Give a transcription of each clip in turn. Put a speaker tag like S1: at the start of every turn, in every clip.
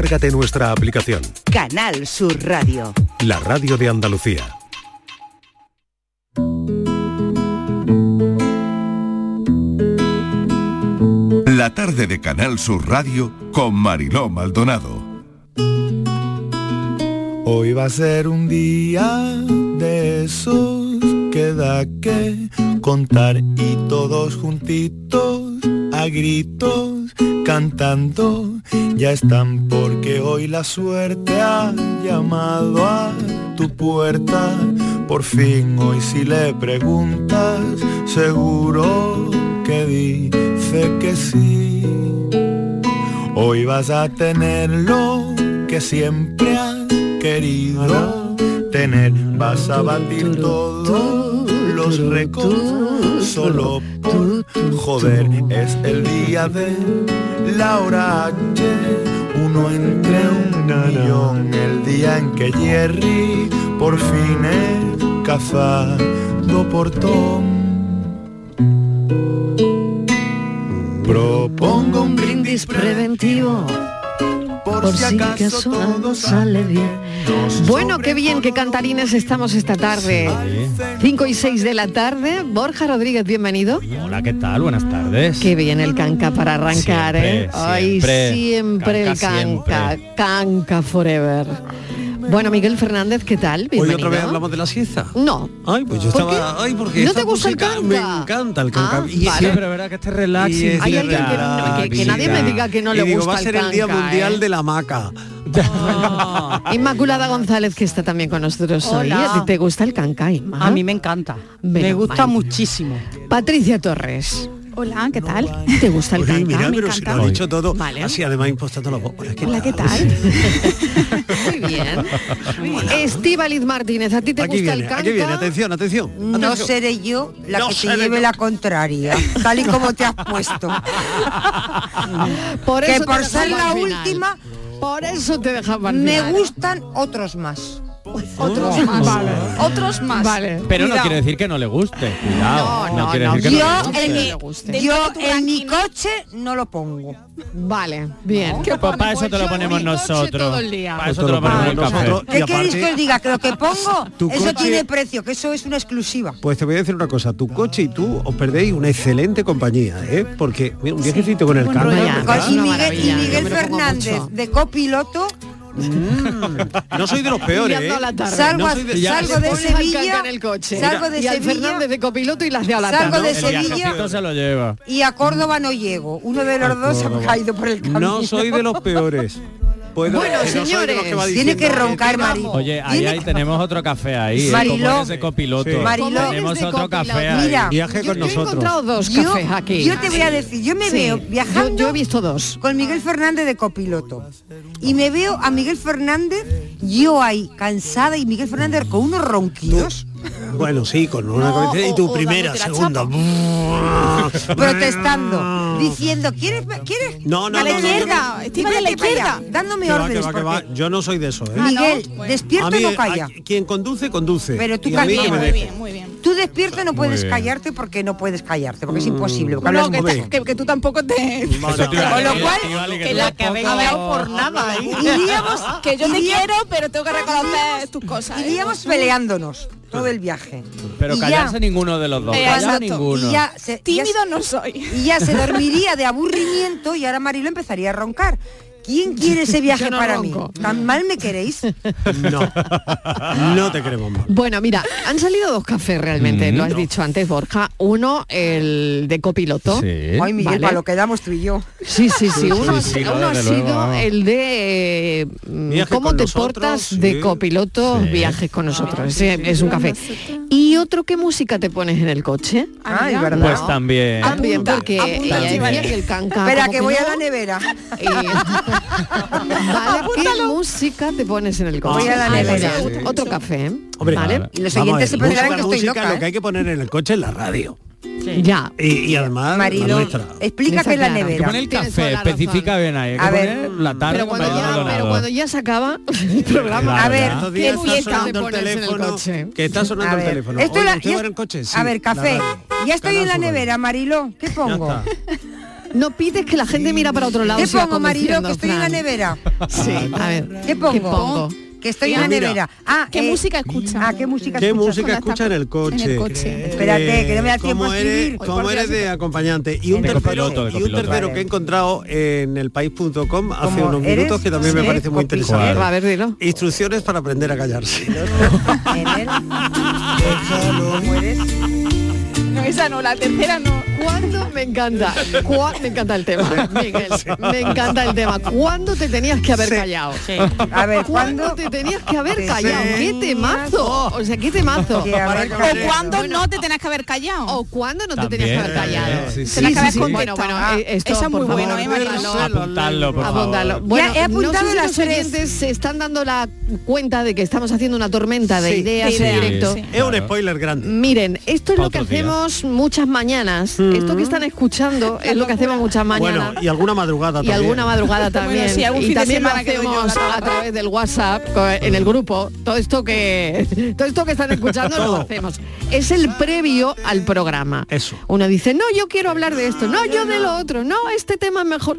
S1: Cárgate nuestra aplicación,
S2: Canal Sur Radio.
S1: la radio de Andalucía.
S3: La tarde de Canal Sur Radio con Mariló Maldonado.
S4: Hoy va a ser un día de esos que da que contar y todos juntitos a gritos cantando ya están porque hoy la suerte ha llamado a tu puerta. Por fin hoy si le preguntas seguro que dice que sí. Hoy vas a tener lo que siempre has querido tener. Vas a batir todos los récords solo por joder. Es el día de la hora H, uno entre un millón. El día en que Jerry por fin es cazado por Tom. Propongo un
S5: brindis preventivo. Por, si acaso todo sale bien.
S6: Bueno, qué bien, qué cantarines estamos esta tarde. 5 y 6 de la tarde. Borja Rodríguez, bienvenido.
S7: Hola, ¿qué tal? Buenas tardes.
S6: Qué bien el canca para arrancar,
S7: Siempre,
S6: ¿eh? Ay,
S7: siempre.
S6: siempre el
S7: Canca
S6: canca, canca forever. Bueno, Miguel Fernández, ¿qué tal?
S8: Hoy
S6: Bienvenido.
S8: otra vez hablamos de la siesta.
S6: No.
S8: Ay, pues yo
S6: ¿Por
S8: estaba.
S6: qué?
S8: Ay, porque
S6: ¿No
S8: esta
S6: te gusta el
S8: música
S6: canca?
S8: Me encanta el canca.
S6: Ah, vale. Sí, pero
S8: verdad que este
S6: relax y este Hay alguien que no- que- que nadie me diga que no le
S8: y digo,
S6: gusta
S8: va a
S6: el
S8: ser el día
S6: canca,
S8: mundial
S6: ¿eh?
S8: de la maca.
S6: Inmaculada González, que está también con nosotros hoy.
S9: Hola.
S6: ¿A ti ¿Te gusta el canca, Inma?
S9: A mí me encanta. me
S6: Menos
S9: gusta
S6: mal.
S9: muchísimo.
S6: Patricia Torres.
S10: Hola, ¿qué tal?
S6: ¿Te gusta el
S8: Oye,
S6: canca?
S8: mira, pero si lo has dicho todo.
S6: Vale.
S8: Así, además, impostando la voz. Hola, ¿qué
S10: Hola,
S8: tal?
S10: ¿qué tal?
S6: Muy bien. Estíbaliz Martínez, ¿a ti te
S8: Aquí
S6: gusta
S8: viene,
S6: el canca?
S8: aquí viene. Atención, atención.
S11: No
S8: atención.
S11: seré yo la
S8: No
S11: que te
S8: seré
S11: lleve
S8: yo.
S11: la contraria, tal y como te has puesto.
S6: Por
S11: que
S6: eso te
S11: por
S6: la
S11: ser
S6: pongo
S11: la
S6: al final.
S11: última,
S6: por eso te dejaba
S11: me gustan otros más. Otros más. Otros más. Vale.
S7: Pero no quiere decir que no le guste. Cuidado. No, quiere decir que no
S11: Yo,
S7: le
S11: en
S7: guste.
S11: mi, yo en mi coche no lo pongo.
S6: Vale, bien.
S7: Que pues para eso te lo ponemos nosotros. Para eso te lo ponemos nosotros.
S11: ¿Qué queréis que os diga? Que lo que pongo,
S8: Tu
S11: eso
S8: coche-
S11: tiene precio, que eso es una exclusiva.
S8: Pues te voy a decir una cosa, tu coche y tú os perdéis una excelente compañía, ¿eh? Porque mira, un viajecito con el
S11: Buen
S8: carro.
S11: rollo.
S8: ¿verdad?
S11: y Miguel, y Miguel
S8: Yo me lo pongo
S11: Fernández
S8: mucho.
S11: de copiloto
S8: No soy de los peores, ¿eh?
S6: Mirando a la tarde.
S8: No
S11: salgo, a-
S8: soy de-
S11: salgo de
S6: Pones al
S11: Sevilla
S6: Canca en el coche.
S11: salgo de
S6: y al
S11: Sevilla
S6: Fernández de copiloto y las de a la
S11: Salgo
S6: tarde.
S11: de
S7: El
S11: Sevilla.
S7: viajecito se lo lleva.
S11: y a Córdoba no llego. Uno de los dos se ha
S8: Córdoba.
S11: caído por el camino.
S8: No soy de los peores. Puedo-
S11: Bueno,
S8: no soy de los que
S11: señores,
S8: va
S11: tiene
S8: diciendo,
S11: que roncar,
S8: "Oye,
S11: Mari".
S7: Oye, ahí, ahí tenemos otro café ahí. ¿eh?
S11: Mariló.
S7: Como eres de copiloto.
S8: Sí.
S11: Mariló.
S7: Tenemos
S11: Eres de
S7: otro
S11: copiloto.
S7: café ahí.
S11: Mira,
S8: Viaje con
S6: Yo he encontrado
S8: nosotros.
S6: dos
S11: Yo,
S6: cafés aquí.
S11: yo te voy a decir, yo me
S6: Sí.
S11: veo
S6: Yo-
S11: viajando
S6: yo he visto dos.
S11: con Miguel Fernández de copiloto. Y me veo a Miguel Fernández, yo ahí, cansada, y Miguel Fernández con unos ronquidos.
S8: Bueno, sí, con una cabeza. Y
S10: o-
S8: tu
S10: o
S8: primera,
S10: dándote la
S8: segunda.
S11: protestando, diciendo, ¿quieres? ¿Quieres?
S8: No, no,
S11: a la
S8: no, no,
S11: izquierda,
S8: yo no-
S11: Estíbaliz,
S10: Vete a la
S11: para allá,
S10: izquierda.
S8: Que va,
S11: dándome
S8: que
S11: órdenes.
S8: va, que va.
S11: porque-
S8: Yo no soy de eso, ¿eh?
S11: Miguel,
S8: A
S11: despierta
S8: mí,
S11: no calla.
S8: a- quien conduce, conduce.
S11: Pero tú
S8: Y a mí
S11: calla.
S8: que me
S11: Muy
S8: deje.
S11: bien,
S10: Muy bien.
S11: Tú despierta no puedes
S7: bien.
S11: callarte porque no puedes callarte, porque es imposible, porque hablas
S10: No, que,
S11: mucho.
S8: hombre.
S10: ta- que- que tú tampoco te...
S7: Eso te iba a
S11: Con lo
S7: decir,
S11: cual,
S7: Estivali,
S9: que
S7: tú
S9: la que
S7: tampoco-
S9: venga por nada, ¿eh?
S11: Iríamos,
S10: Que yo te
S11: iría-
S10: quiero, pero tengo que reconocer tus cosas. ¿eh?
S11: iríamos peleándonos todo el viaje.
S7: Pero
S11: Y ya-
S7: callarse ninguno de los dos.
S10: Eh,
S7: Callarse
S10: exacto.
S7: ninguno.
S11: Y ya se, ya se-
S10: Tímido no soy.
S11: y ya se dormiría de aburrimiento y ahora Marilo empezaría a roncar. ¿Quién quiere ese viaje
S6: Yo no
S11: para
S6: ronco.
S11: mí? ¿Tan mal me queréis?
S8: No, no te queremos mal.
S6: Bueno, mira, han salido dos cafés realmente, lo has dicho antes, Borja. Uno, el de copiloto.
S7: Sí.
S11: Ay, Miguel,
S6: Vale.
S11: para lo quedamos tú y yo.
S6: Sí, sí, sí. Uno, ha
S7: sí,
S6: si-
S7: sí, no,
S6: uno ha
S7: desde
S6: sido
S7: luego, vamos.
S6: el de eh, mm,
S8: Viaje
S6: cómo
S8: con
S6: te
S8: nosotros,
S6: portas
S8: sí.
S6: de copiloto,
S7: Sí.
S6: viajes con nosotros. Ese es un café. Y otro, ¿qué música te pones en el coche?
S11: Ay,
S10: mira.
S11: verdad.
S7: Pues también.
S6: También, porque
S10: apunta,
S6: ella
S7: Estivali.
S6: decía que el canca...
S11: Espera,
S6: como
S11: que voy
S6: no,
S11: a la nevera.
S6: eh, vale, ¿Qué música te pones en el coche?
S11: Voy a la
S6: Ah,
S11: nevera.
S6: ya.
S11: Sí.
S6: Otro café, ¿eh?
S8: Hombre,
S6: ¿vale?
S8: vale.
S11: Y los
S8: Vamos a
S11: oyentes
S8: ver,
S11: se pensarán
S8: música,
S11: que estoy
S8: música,
S11: loca,
S8: Lo que
S11: ¿eh?
S8: hay que poner en el coche es la radio.
S6: Ya.
S8: Y, y además, la
S11: Marilo,
S8: nuestra.
S11: explica
S6: Esa
S11: que es la
S6: clara.
S7: Que
S11: nevera.
S7: pone el
S6: Tienes toda la
S7: café,
S6: razón.
S7: especifica bien ahí.
S11: A
S7: que
S11: ver.
S7: poner la tarde
S6: Pero
S7: con
S6: cuando
S7: Mariló
S6: ya, pero
S7: Maldonado.
S6: cuando ya se acaba el programa...
S7: Claro,
S11: A ver,
S7: ¿verdad?
S8: Estos días
S6: ¿qué
S8: está
S6: fiesta
S8: sonando
S6: te
S8: el
S6: pones en el
S8: teléfono,
S6: coche?
S8: que está sonando
S11: A
S8: el
S11: ver,
S8: teléfono.
S11: esto
S8: Oye,
S11: la-
S8: ¿usted
S11: ya-
S8: va en coche? Sí,
S11: a ver,
S8: la
S11: café.
S8: radio.
S11: Ya estoy
S8: Canal
S11: en la
S8: Sur Radio.
S11: nevera, Mariló. ¿Qué
S8: Ya
S11: pongo?
S8: está.
S6: No pides que la gente mira para otro lado.
S11: ¿Qué
S6: si va
S11: pongo, Marilo?
S6: conduciendo,
S11: Que estoy en la
S6: Fran.
S11: nevera.
S6: Sí, a ver.
S11: ¿Qué pongo? Que estoy en la
S8: Ah, mira.
S11: nevera. Ah,
S10: ¿Qué música
S11: escucha? Ah, ¿qué música
S8: ¿Qué
S11: escuchas?
S8: música escucha en el coche?
S11: Espérate, que no me da
S8: Eh,
S11: tiempo
S8: ¿cómo
S11: a
S8: eres-
S11: escribir.
S8: ¿Cómo eres de acompañante? Y un
S7: De
S8: tercero,
S7: copiloto, de
S8: y un
S7: copiloto.
S8: tercero que he encontrado en el país.com hace
S7: ¿Cómo
S8: unos
S7: eres?
S8: minutos que también me
S7: Sí,
S8: parece muy
S7: copiloto.
S8: interesante.
S7: ¿Cuál? A ver,
S8: Instrucciones para aprender a callarse.
S10: No, esa no, la tercera no.
S6: ¿Cuándo me encanta? cua- Me encanta el tema, Miguel. Me encanta el tema. ¿Cuándo te tenías que haber
S11: Sí.
S6: callado?
S11: Sí. A ver,
S6: ¿cuándo
S11: ¿cuándo
S6: te tenías que haber
S11: te
S6: callado? ¿Qué
S11: tenías
S6: temazo? O sea, ¿qué temazo?
S11: que haber
S10: O cuando no te tenías que haber callado.
S6: O cuando no
S7: También.
S6: te tenías que haber callado.
S7: Eh, sí, sí.
S10: Tenías que haber
S6: Bueno,
S10: contestado.
S6: bueno, eh, esto,
S10: esa es muy
S6: por favor,
S10: buena, ¿eh, Mariló?
S7: Apuntadlo, por
S6: Apuntadlo.
S7: favor.
S6: Bueno,
S11: he apuntado
S6: no sé si
S11: las
S6: los
S11: tres.
S6: oyentes se están dando la cuenta de que estamos haciendo una tormenta de
S8: Sí,
S6: ideas
S10: sí,
S6: en directo.
S10: sí.
S8: Es un spoiler grande.
S6: Miren, esto es
S7: Pa'
S6: lo que
S7: otro día.
S6: hacemos muchas mañanas. Esto que están escuchando es lo que hacemos muchas mañanas.
S8: Bueno, y alguna madrugada
S6: y
S8: también.
S6: alguna madrugada también.
S10: sí, algún
S6: y
S10: fin de
S6: también lo
S10: semana que doy yo
S6: hacemos
S10: la tarde.
S6: a través del WhatsApp co- en el grupo. Todo esto que todo esto que están escuchando lo hacemos. Es el previo al programa.
S8: Eso.
S6: Uno dice, "No, yo quiero hablar de esto, no, yo de lo otro, no, este tema es mejor."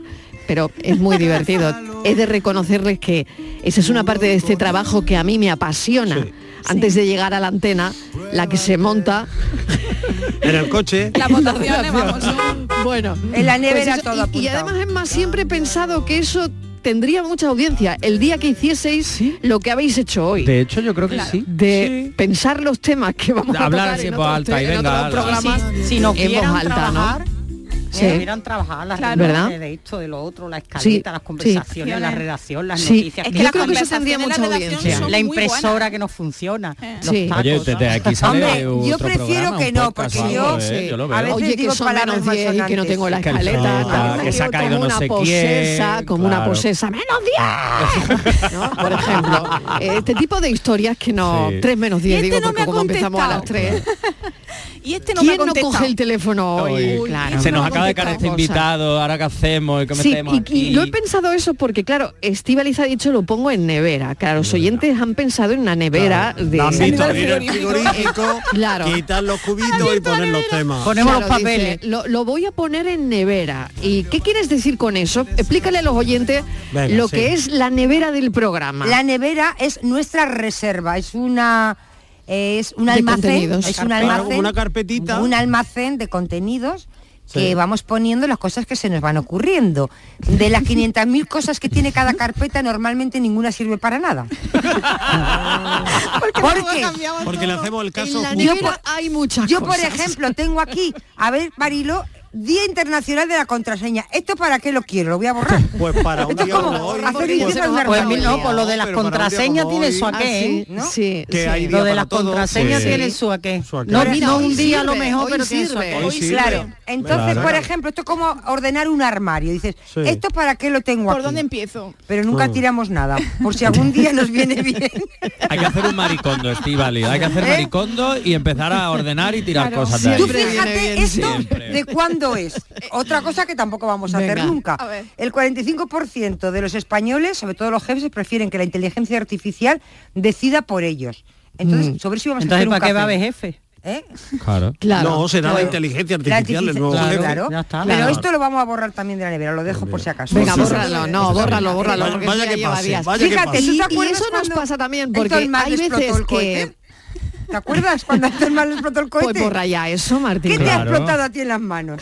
S6: Pero es muy divertido. He de reconocerles que esa es una parte de este trabajo que a mí me apasiona.
S8: Sí.
S6: Antes de llegar a la antena, la que se monta.
S8: En el coche.
S10: Las votaciones, vamos.
S6: Bueno,
S11: En la nevera
S6: Pues eso,
S11: todo
S6: y- y,
S11: apuntado.
S6: además es más, siempre he pensado que eso tendría mucha audiencia el día que hicieseis lo que habéis hecho hoy. De,
S7: De hecho, yo creo que sí.
S6: pensar los temas que vamos a
S7: Hablar
S6: tocar en
S7: así en
S6: otros
S7: voz alta
S6: te-
S7: y
S6: en
S7: venga,
S6: otros
S7: ala.
S6: programas
S9: Si, si no
S6: en voz
S9: quieran
S6: alta, ¿no?
S9: trabajar,
S6: Sí.
S9: si debieran trabajar las
S10: Claro.
S9: reuniones
S6: ¿Verdad?
S9: de esto, de lo otro, la
S6: Sí,
S9: escaleta, las
S6: sí.
S9: conversaciones, la redacción, las
S6: Sí.
S9: noticias.
S6: Es
S9: que
S6: que yo
S9: la
S10: las
S6: creo que eso
S10: conversaciones
S6: tendría
S10: en la
S6: mucha
S10: redacción
S6: audiencia.
S10: son
S9: la
S10: muy buenas.
S9: impresora que no funciona.
S10: Eh.
S9: Los
S6: Sí.
S9: tacos,
S7: Oye, desde
S9: ¿sabes?
S7: aquí sale
S11: Hombre, yo
S7: otro
S11: prefiero
S7: programa,
S11: que
S7: un
S11: no,
S7: podcast
S11: porque
S7: o
S11: yo-
S7: algo, ¿eh?
S6: sí.
S7: yo lo
S11: A
S7: veo.
S11: veces
S6: Oye, que
S11: digo
S6: son
S11: palabras
S6: menos 10 y que no
S11: malsonantes.
S6: tengo la
S7: Que el
S6: escaleta.
S7: flota,
S6: ¿no?
S7: que se ha
S6: Como
S7: caído no
S6: una
S7: sé quién,
S6: posesa, como una
S7: claro.
S6: posesa. ¡Menos 10! ¿no? Por ejemplo, este tipo de historias que no...
S7: Sí.
S6: 3 menos 10,
S10: Y este
S6: digo,
S10: no
S6: porque
S10: me ha
S6: como empezamos a las 3.
S10: Y este no me ha
S6: ¿Quién no
S10: contestado.
S6: coge el teléfono hoy?
S7: Uy,
S6: Claro,
S7: se
S6: no
S7: nos
S6: ha
S7: acaba de
S6: contestado
S7: caer este
S6: cosas.
S7: invitado, ahora qué hacemos y qué
S6: Sí,
S7: metemos
S6: y- y,
S7: aquí.
S6: yo he pensado eso porque, claro, Estivaliz ha dicho lo pongo en nevera. Claro, los oyentes han pensado en una nevera de...
S8: La han
S10: Salir
S8: visto
S10: del
S8: abrir el frigorífico,
S6: Claro.
S8: quitar los cubitos y poner los temas.
S9: Ponemos los
S6: Claro, dice,
S9: papeles.
S6: lo, lo voy a poner en nevera. ¿Y qué quieres decir con eso? Explícale a los oyentes
S8: Venga,
S6: lo
S8: sí.
S6: que es la nevera del programa.
S11: La nevera es nuestra reserva, es una eh, es un
S6: De
S11: almacén,
S6: contenidos.
S11: es un
S8: Claro,
S11: almacén,
S8: como una carpetita.
S11: un almacén de contenidos que
S8: Sí.
S11: vamos poniendo las cosas que se nos van ocurriendo. De las 500.000 cosas que tiene cada carpeta, normalmente ninguna sirve para nada.
S10: Porque
S11: ¿Por
S10: luego
S11: qué?
S10: cambiamos
S8: Porque le hacemos el caso
S6: en la
S8: justo.
S6: nevera hay muchas
S11: Yo, por
S6: cosas.
S11: ejemplo, tengo aquí, a ver, Marilo, Día Internacional de la Contraseña. ¿Esto para qué lo quiero? Lo voy a borrar.
S8: Pues para un
S11: Esto
S8: día
S11: como
S8: como hoy.
S11: hacer
S8: pues-
S11: idiomas de
S9: Pues a mí
S11: Pero
S9: no, por lo de las
S8: para un día
S9: contraseñas
S8: como
S9: tiene
S8: hoy,
S9: su
S6: Ah,
S9: aqué,
S6: sí,
S9: ¿eh?
S11: ¿no?
S6: sí,
S8: Que
S6: sí.
S8: hay
S9: Lo de
S8: para
S9: las
S8: todo.
S9: contraseñas
S7: Sí.
S9: tiene su aqué.
S8: Su aqué.
S9: No,
S6: Mira,
S9: no
S6: hoy
S9: un día a lo
S6: sirve,
S9: mejor,
S6: hoy
S9: pero tiene su
S6: sirve.
S9: aqué.
S8: Hoy
S10: Hoy
S8: sí.
S11: Claro. Entonces,
S8: Claro.
S11: por ejemplo, esto es como ordenar un armario. Dices,
S8: Sí. Mm.
S11: ¿esto para qué lo tengo
S10: ¿Por
S11: aquí?
S10: dónde empiezo?
S11: Pero nunca tiramos nada, por si algún día nos viene bien.
S7: Hay que hacer un maricondo, Estivali. Hay que hacer
S11: ¿Eh?
S7: maricondo y ordenar a ordenar y tirar
S10: Claro.
S7: cosas de ahí.
S11: Tú
S6: Siempre
S11: fíjate
S6: viene bien,
S11: esto
S7: siempre.
S11: de cuándo es. Otra cosa que tampoco vamos a
S6: Venga.
S11: hacer nunca.
S10: A ver.
S11: El 45% de los españoles, sobre todo los jefes, prefieren que la inteligencia artificial decida por ellos.
S6: Mm.
S11: Entonces, sobre si vamos a
S9: Entonces,
S11: hacer un
S9: ¿para qué va a
S11: café.
S9: haber jefe?
S11: ¿eh?
S7: Claro.
S6: Claro.
S8: No, será la
S11: Claro.
S8: inteligencia
S11: La
S8: artificial el
S11: artifici-
S8: nuevo
S11: Sí,
S8: jefe.
S11: claro.
S9: Ya está.
S11: Pero
S9: Claro.
S11: esto lo vamos a borrar también de la nevera, lo dejo por si acaso.
S6: Venga,
S8: Sí, sí,
S6: bórralo,
S8: sí.
S6: no, bórralo, bórralo,
S8: Vaya-
S6: porque
S8: vaya
S6: eso ya
S8: que
S6: lleva
S8: pase,
S6: días.
S8: vaya que
S11: Fíjate,
S8: pase.
S11: ¿tú
S6: Y-
S11: te
S6: y
S11: acuerdas
S6: eso nos
S11: cuando
S6: pasa también, porque
S11: Elton Musk
S6: hay
S11: explotó
S6: veces
S11: el cohete? ¿Te acuerdas cuando Elton Musk explotó el cohete?
S6: Pues borra ya eso, Martín.
S11: ¿Qué te ha
S7: Claro.
S11: explotado a ti en las manos?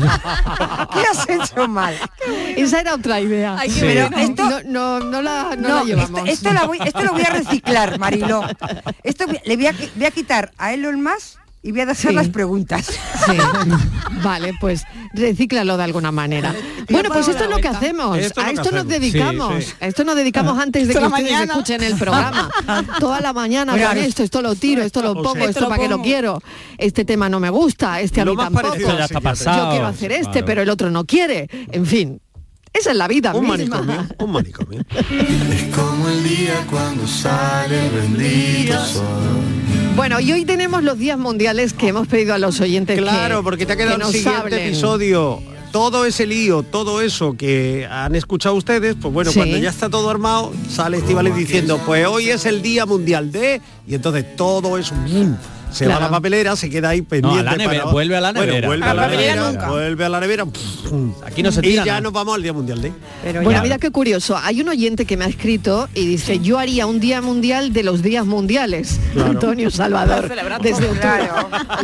S11: ¿Qué has hecho mal?
S6: Esa era otra idea.
S10: Ay, qué
S7: Sí.
S10: bueno.
S11: Pero esto-
S6: No, no, no la, no la
S11: No,
S6: llevamos.
S11: esto, esto la voy- esto lo voy a reciclar, Marilo. Esto vi- le voy a, qui- voy a quitar a Elon Musk y voy a hacer
S6: Sí.
S11: las preguntas.
S6: Sí. Vale, pues recíclalo de alguna manera. Bueno, pues esto es lo que hacemos.
S8: Esto es
S6: a
S8: lo que
S6: esto nos
S8: hacemos.
S6: dedicamos.
S8: Sí, sí.
S6: A esto nos dedicamos antes de que
S10: Toda la
S6: ustedes
S10: mañana.
S6: escuchen el programa. Toda la mañana
S8: Oiga,
S6: con
S8: es-
S6: esto, esto lo tiro, esto lo
S8: o sea,
S6: pongo,
S8: esto
S6: esto,
S10: lo
S6: para qué lo
S10: pongo.
S6: quiero. Este tema no me gusta, este a
S8: Lo
S6: mí
S8: más
S6: tampoco.
S8: parecido
S7: Esto ya está pasado.
S6: Yo quiero hacer este,
S7: Claro.
S6: pero el otro no quiere. En fin, esa es la vida
S8: Un
S6: misma.
S8: manicomio, un manicomio.
S4: Como el día cuando sale bendito sol.
S6: Bueno, y hoy tenemos los días mundiales que hemos pedido a los oyentes. que-
S8: Claro, porque te ha quedado
S6: que
S8: el
S6: nos
S8: siguiente
S6: hablen.
S8: episodio. Todo ese lío, todo eso que han escuchado ustedes, pues bueno,
S6: Sí.
S8: cuando ya está todo armado, sale Estivales diciendo, pues hoy es el Día Mundial de... Y entonces todo eso ¡bum! se va a la papelera, se queda ahí pendiente.
S7: No, a la nevera,
S8: para-
S7: vuelve a la
S8: Bueno,
S7: nevera.
S8: vuelve
S7: A
S8: a
S7: la
S8: la
S7: papelera
S8: nevera,
S7: nunca.
S8: vuelve a la nevera.
S7: Aquí no se
S8: Y
S7: tira
S8: ya
S7: nada.
S8: nos vamos al Día Mundial de.
S6: Bueno, mira qué curioso. Hay un oyente que me ha escrito y dice, yo haría un día mundial de los días mundiales.
S7: Claro.
S6: Antonio Salvador. Desde octubre.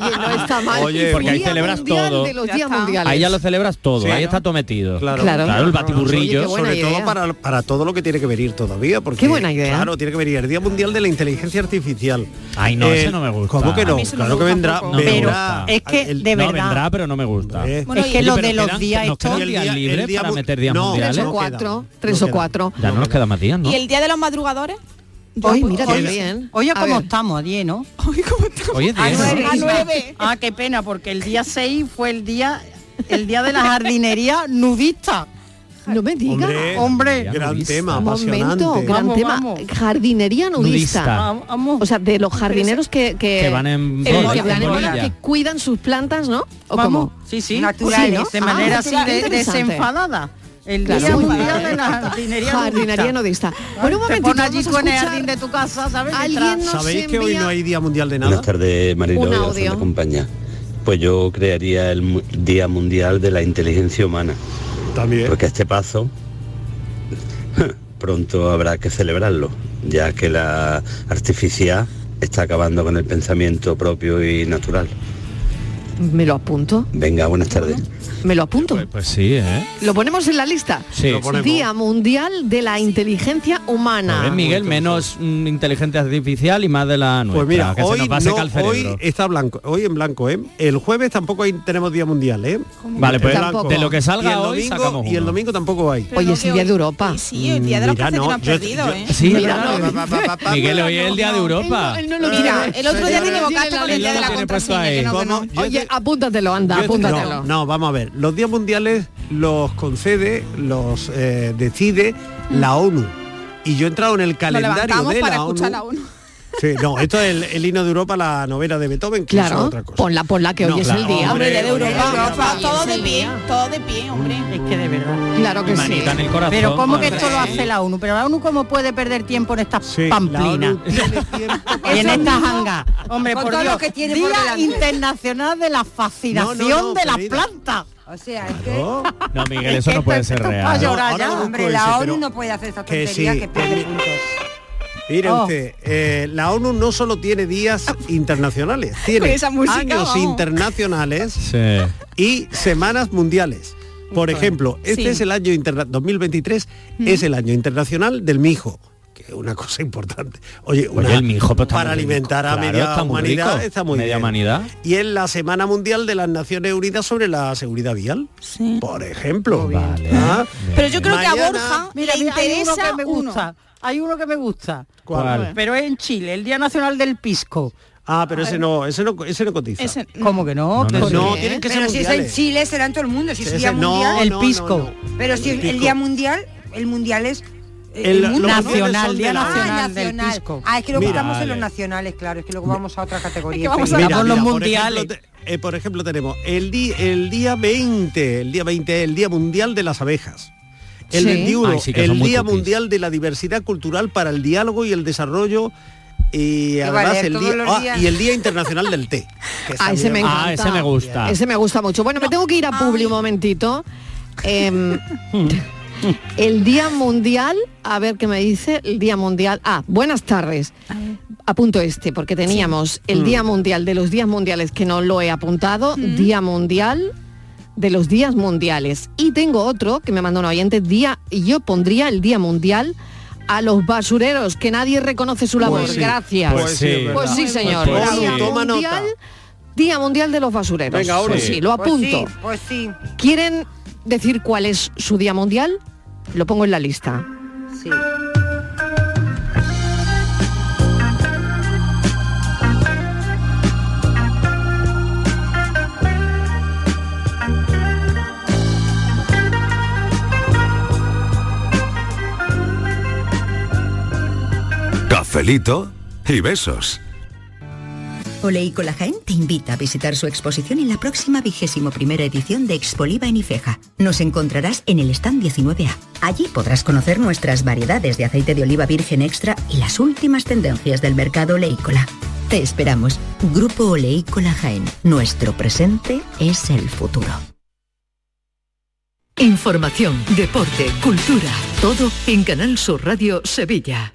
S6: Oye, no está mal.
S7: Oye, porque ahí
S6: Día
S7: celebras
S6: mundial
S7: todo.
S6: de los días mundiales.
S7: Ahí ya lo celebras todo,
S8: Sí,
S7: ahí
S8: ¿no?
S7: está todo metido.
S8: Claro,
S7: el batiburrillo.
S8: sobre todo para, para todo lo que tiene que venir todavía. Porque, qué buena
S7: idea.
S8: Claro, tiene que venir el Día Mundial de la Inteligencia Artificial. Eh,
S7: Ay, no, ese no me gusta.
S8: ¿Cómo que
S7: A
S8: no?
S7: mí ese no
S8: Claro
S7: me
S8: que
S7: gusta
S8: vendrá.
S7: tampoco. eh, No me
S8: vendrá
S7: gusta.
S12: Es que,
S8: el-
S12: de
S7: No, vendrá, pero no me gusta.
S8: Bueno,
S12: Es que
S7: Oye,
S12: lo
S7: pero
S12: de los
S7: quedan-
S12: días
S7: nos quedan
S12: estos-
S7: días
S12: El día-
S7: libres
S12: el día
S7: para
S12: mu-
S7: meter días
S12: no,
S7: mundiales.
S12: tres o
S6: cuatro, tres o cuatro.
S7: Ya no nos quedan más días, ¿no?
S10: ¿Y el día de los madrugadores?
S6: Hoy, mira,
S9: Oye,
S6: también.
S9: Oye,
S6: A
S9: ¿cómo
S6: ver.
S9: estamos? A 10, ¿no?
S7: Hoy es
S9: A
S7: diez, ¿no?
S9: nueve, a nueve. Ah, qué pena, porque el día 6 fue el día el día de la jardinería nudista.
S6: No me digas.
S9: Hombre, Hombre.
S8: gran tema,
S6: Un momento,
S8: apasionante.
S6: gran tema. Jardinería nudista.
S8: Nudista.
S6: O sea, de los jardineros que, que,
S7: Que van en
S6: que
S7: bola,
S6: van en
S7: en
S6: bola,
S7: bola.
S6: que cuidan sus plantas, ¿no? ¿O
S9: Vamos,
S6: cómo?
S9: sí, sí.
S6: Natural,
S9: Sí,
S6: ¿no?
S9: De manera
S6: Ah,
S9: así
S6: natural,
S9: de-
S6: interesante.
S9: desenfadada. El
S6: Claro,
S9: día
S6: muy
S9: mundial
S6: bien.
S9: de la jardinería
S6: Jardinería nudista. Bueno, un
S9: Te
S6: momentito,
S9: pone allí
S6: vamos a
S9: con el
S6: escuchar.
S9: jardín de tu casa, ¿sabes?
S6: Alguien
S9: Detrás.
S6: nos
S8: ¿Sabéis que hoy
S6: envía-
S8: no hay Día Mundial de nada?
S13: Buenas tardes, Marilo
S6: Un
S13: de
S6: audio.
S13: Alfonso Compañía. Pues yo crearía el mu- Día Mundial de la Inteligencia Humana.
S8: También.
S13: Porque este paso pronto habrá que celebrarlo, ya que la artificial está acabando con el pensamiento propio y natural.
S6: Me lo apunto,
S13: Venga, buenas tardes.
S6: me lo apunto.
S7: Pues sí, ¿eh?
S6: Lo ponemos en la lista.
S7: Sí. Lo ponemos.
S6: Día Mundial de la Inteligencia Humana.
S7: ¿Ves, Miguel? Menos mm, inteligencia artificial y más de la nuestra,
S8: Pues mira,
S7: que
S8: hoy,
S7: se nos va a
S8: no-
S7: secar el cerebro.
S8: hoy está blanco, hoy en blanco, ¿eh? El jueves tampoco hay- tenemos Día Mundial, ¿eh?
S7: Vale, pues
S8: En blanco.
S7: de lo que salga
S8: Y el
S7: hoy
S8: domingo-
S7: sacamos
S8: Y el
S7: uno.
S8: domingo tampoco hay.
S6: Oye, es el día de Europa.
S10: Sí, el día de los
S8: Mira, no,
S10: calcetines
S8: yo-
S10: perdidos,
S8: yo-
S10: ¿eh?
S7: Sí,
S6: Mira,
S7: ¿verdad?
S6: no,
S7: Pa, pa, pa, pa, Miguel, hoy es el día de Europa.
S10: Mira, el otro día te equivocaste con el día de la
S7: tiene puesto
S10: contraseña. que no-
S8: ¿Cómo?
S6: ¿Cómo? Oye, apúntatelo, anda,
S8: Yo-
S6: apúntatelo.
S8: No, no, vamos a ver. Los días mundiales los concede, los eh, decide la ONU. Y yo he entrado en el
S10: Nos
S8: calendario
S10: levantamos
S8: de
S10: para
S8: la ONU.
S10: escuchar la ONU.
S8: Sí, no, esto es el, el himno de Europa, la novela de Beethoven, que es
S6: Claro,
S8: otra cosa.
S6: ponla, ponla, que hoy
S8: No,
S6: es
S8: claro,
S6: el día.
S8: hombre, Hombre, de hoy es Europa.
S10: Europa, todo de pie, todo de pie, hombre.
S9: Es que de verdad.
S6: Claro que
S7: Mi
S6: sí.
S7: manita en el corazón.
S9: Pero ¿cómo que
S7: madre.
S9: esto lo hace la ONU? Pero la ONU cómo puede perder tiempo en esta
S7: Sí,
S9: pamplina. Y en esta janga. Hombre,
S11: Con
S9: por
S11: todo
S9: Dios.
S11: lo que tiene por
S9: Día
S11: delante.
S9: Internacional de la Fascinación
S11: No, no, no,
S9: de la
S11: querida.
S9: planta.
S11: O sea, es que...
S7: No, Miguel, eso no puede ser
S9: pa'
S7: real.
S9: llorar ya.
S8: busco
S11: Hombre, la
S8: ese,
S11: ONU
S8: pero
S11: no puede hacer esa
S8: que
S11: tontería
S8: sí,
S11: que pierde puntos.
S8: Mire
S11: Oh.
S8: usted, eh, la ONU no solo tiene días internacionales, tiene
S11: esa música,
S8: años
S11: vamos.
S8: internacionales
S7: Pues,
S8: y semanas mundiales. Por ejemplo, este
S11: Sí.
S8: es el año interna 2023, es el año internacional del mijo, que es una cosa importante. Oye, una-
S7: Oye, el mijo pues, está
S8: para
S7: muy rico.
S8: alimentar a
S7: Claro,
S8: media
S7: está muy
S8: humanidad
S7: rico.
S8: está muy
S7: Media
S8: bien.
S7: humanidad.
S8: Y es la Semana Mundial de las Naciones Unidas sobre la Seguridad Vial, por ejemplo. Ah,
S10: Pero yo creo que
S9: Mañana-
S10: a Borja
S9: Mira,
S10: le
S9: mira, hay uno
S10: interesa
S9: que me gusta. Hay uno que me gusta.
S8: ¿Cuál?
S9: Pero es en Chile, el Día Nacional del Pisco.
S8: Ah, pero ese no, ese no, ese no cotiza.
S9: ¿Cómo que no?
S8: No,
S9: Que
S8: no,
S9: sí.
S8: no, tienen que ser
S11: Pero si es en
S8: mundiales.
S11: Chile, será en todo el mundo. Si es
S8: Ese-
S11: día
S8: no,
S11: mundial...
S9: El
S8: no,
S9: pisco.
S8: no, no.
S11: Pero si
S8: El
S11: el, el
S8: pico.
S11: día mundial, el mundial es...
S8: El- los mundial.
S9: nacionales son de la-
S11: Ah,
S9: nacional del
S11: nacional.
S9: pisco.
S11: Ah, es que luego
S8: Mira.
S11: estamos en los
S8: Vale.
S11: nacionales, claro, es que luego vamos a otra categoría.
S8: Mira,
S9: Vamos los
S8: mira, por
S9: mundiales.
S8: ejemplo, te- eh, por ejemplo, tenemos el, di- el día 20, el día 20 es el Día Mundial de las Abejas. El
S7: Sí.
S8: 21,
S7: Ay, sí, que son
S8: el
S7: muy
S8: Día
S7: cookies.
S8: Mundial de la Diversidad Cultural para el Diálogo y el Desarrollo. Y,
S11: va a
S8: además
S11: leer
S8: el
S11: todos
S8: día,
S11: los
S8: ah,
S11: días.
S8: y el Día Internacional del Té. que
S6: Ah, ese
S8: también-
S6: me encanta. Ese me gusta mucho. Bueno, me tengo que ir a Publi un momentito. Em, el Día Mundial, a ver qué me dice, el Día Mundial. Ah, buenas tardes. Apunto este, porque teníamos el Día Mundial de los Días Mundiales, que no lo he apuntado,
S8: Mm.
S6: Día Mundial de los Días Mundiales. Y tengo otro que me mandó un oyente, día, y yo pondría el Día Mundial a los basureros, que nadie reconoce su labor.
S8: sí.
S6: Gracias.
S7: Pues sí,
S8: es verdad.
S6: Pues sí, señor.
S7: Pues
S8: Olu,
S7: sí.
S6: Día
S8: toma nota.
S6: Mundial Día Mundial de los Basureros.
S8: Venga, ahora
S6: Pues
S8: sí.
S6: sí, lo
S11: Pues
S6: apunto.
S11: sí, Pues sí,
S6: ¿Quieren decir cuál es su Día Mundial? Lo pongo en la lista.
S11: sí.
S3: Cafelito y besos.
S14: Oleí Colagén te invita a visitar su exposición en la próxima vigésimo primera edición de Expoliva en Ifeja. Nos encontrarás en el stand 19A. Allí podrás conocer nuestras variedades de aceite de oliva virgen extra y las últimas tendencias del mercado oleícola. Te esperamos. Grupo Oleícola Jaén. Nuestro presente es el futuro.
S12: Información, deporte, cultura, todo en Canal Sur Radio Sevilla.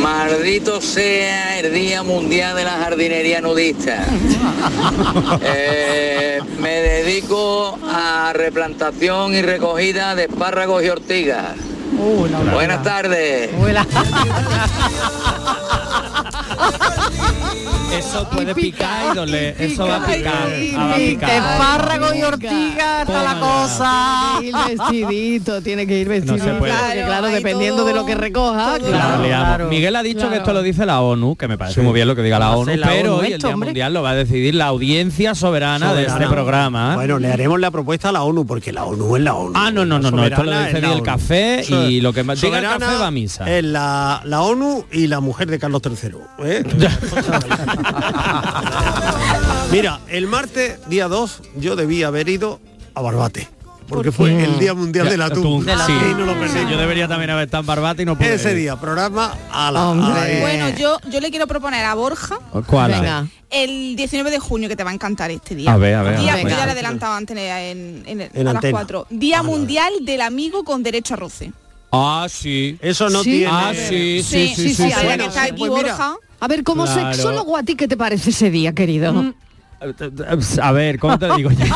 S15: Maldito sea el Día Mundial de la Jardinería Nudista. Eh, me dedico a replantación y recogida de espárragos y ortigas. Buenas tardes.
S7: Eso puede picar y doler. Eso va a picar. ah, va a picar.
S9: Espárrago y ortiga, está la cosa.
S6: Tiene que ir vestidito, tiene que ir vestidito.
S7: se puede.
S6: porque, claro, dependiendo de lo que recoja.
S7: La
S6: Claro,
S7: liamos.
S6: claro.
S7: Miguel ha dicho que esto lo dice la ONU, que me parece
S16: Sí.
S7: muy bien lo que diga la
S16: Lo
S7: ONU,
S16: hace la
S7: pero
S16: ONU
S7: hoy el
S16: esto,
S7: Día
S16: hombre.
S7: Mundial lo va a decidir la audiencia soberana, de este
S8: Soberana.
S7: programa.
S8: Bueno, le haremos la propuesta a la ONU, porque la ONU es la ONU.
S7: Ah, no, no, no, no, esto lo
S8: Soberana
S7: dice
S8: es la
S7: el
S8: ONU.
S7: café y
S8: Sober-
S7: lo que más diga el
S8: soberana
S7: café va a misa.
S8: Es la, la ONU y la mujer de Carlos III. ¿eh? Mira, el martes, día 2, yo debía haber ido a Barbate. Porque fue el Día Mundial
S7: Ya,
S8: del Atún.
S7: tú, sí.
S8: Y no lo perdí.
S7: Sí, yo debería también haber estado en Barbate y no pude.
S8: Ese
S7: ir.
S8: día, programa a la...
S7: Hombre.
S8: a-
S10: Bueno, yo, yo le quiero proponer a Borja
S7: ¿Cuál?
S10: el 19 de junio, que te va a encantar este día.
S7: A ver, a ver,
S10: Día,
S7: a ver.
S10: que ya lo he adelantado antes en, en el-
S7: En
S10: a las
S7: antena.
S10: 4. Día Mundial del Amigo con Derecho a Roce.
S7: Ah, sí.
S8: Eso no
S7: Sí.
S8: tiene-
S7: Ah, sí, sí, sí, sí. sí,
S10: ahora
S7: bueno.
S10: que está aquí Borja.
S6: A ver, como
S7: Pues Claro.
S6: sexólogo, ¿a ti qué te parece ese día, querido?
S7: A ver, ¿cómo te digo? Ya,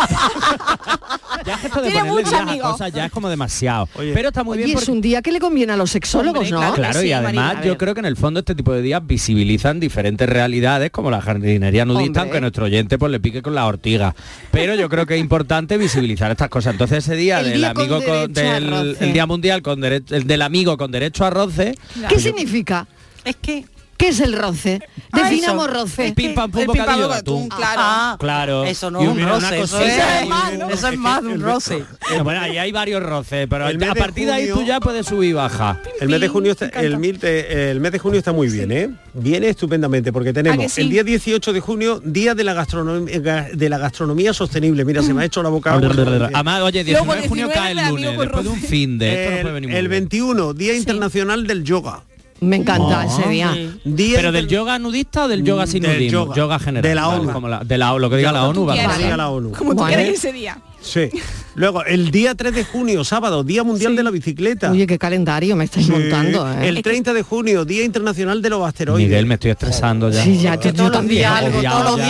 S7: ya esto de
S6: Tiene
S7: ponerle
S6: mucho
S7: días a
S6: amigo.
S7: cosas ya es como demasiado. Pero está muy
S6: Oye,
S7: bien
S6: es un día que le conviene a los sexólogos, ¿no?
S7: Claro, y además yo creo que en el fondo este tipo de días visibilizan diferentes realidades como la jardinería nudista,
S6: Hombre.
S7: aunque nuestro oyente pues le pique con la ortiga. Pero yo creo que es importante visibilizar estas cosas. Entonces ese día
S6: El
S7: del
S6: día con
S7: amigo con-
S6: derecho a
S7: del
S6: roce.
S7: el día mundial con derecho el del amigo con derecho a roce.
S6: ¿Qué significa? Es que... ¿Qué es el roce? Definamos roce.
S7: El pim pam pum bocadillo de atún.
S9: Ah,
S7: Claro.
S9: eso no
S7: Y
S9: es un
S7: mira, una
S9: roce, eso
S7: cosita
S9: es
S7: y-
S9: más, ¿no? Eso es más un roce.
S7: Eh, Bueno, ahí hay varios roces, pero
S8: El mes
S7: a
S8: de
S7: partir de ahí tú
S8: junio-
S7: ya puedes subir y bajar.
S8: El mes de junio está, el, mil de- el mes de junio está muy bien, ¿eh? Viene estupendamente porque tenemos
S7: que sí?
S8: el día 18 de junio, día de la gastronomía de la gastronomía sostenible. Mira, se me ha hecho la
S7: Ah,
S8: boca. agua.
S7: Además, oye, 19 de junio cae el lunes, después de un fin de... Esto no
S8: El-
S7: puede venir muy
S8: el 21, Día Internacional del Yoga.
S6: Me encanta ese día.
S7: Ah, Pero del yoga nudista o del yoga sin
S8: Mm, Del
S7: nudismo,
S8: yoga.
S7: yoga, general.
S8: De la
S7: vale,
S8: ONU.
S7: como la- de la- lo que diga la ONU va a
S8: Lo que
S7: pasar.
S8: diga la ONU.
S10: Como tú
S8: Vale.
S10: quieres ese día.
S8: Sí. Luego, el día 3 de junio, sábado, Día Mundial de la Bicicleta.
S6: Oye, qué calendario me estáis
S8: Sí.
S6: montando, ¿eh?
S8: El 30 de junio, Día Internacional de los Asteroides.
S7: Miguel, me estoy estresando ya.
S6: Sí, ya, yo- yo también.
S7: Agobiado
S8: algo,
S7: ya.
S8: todos los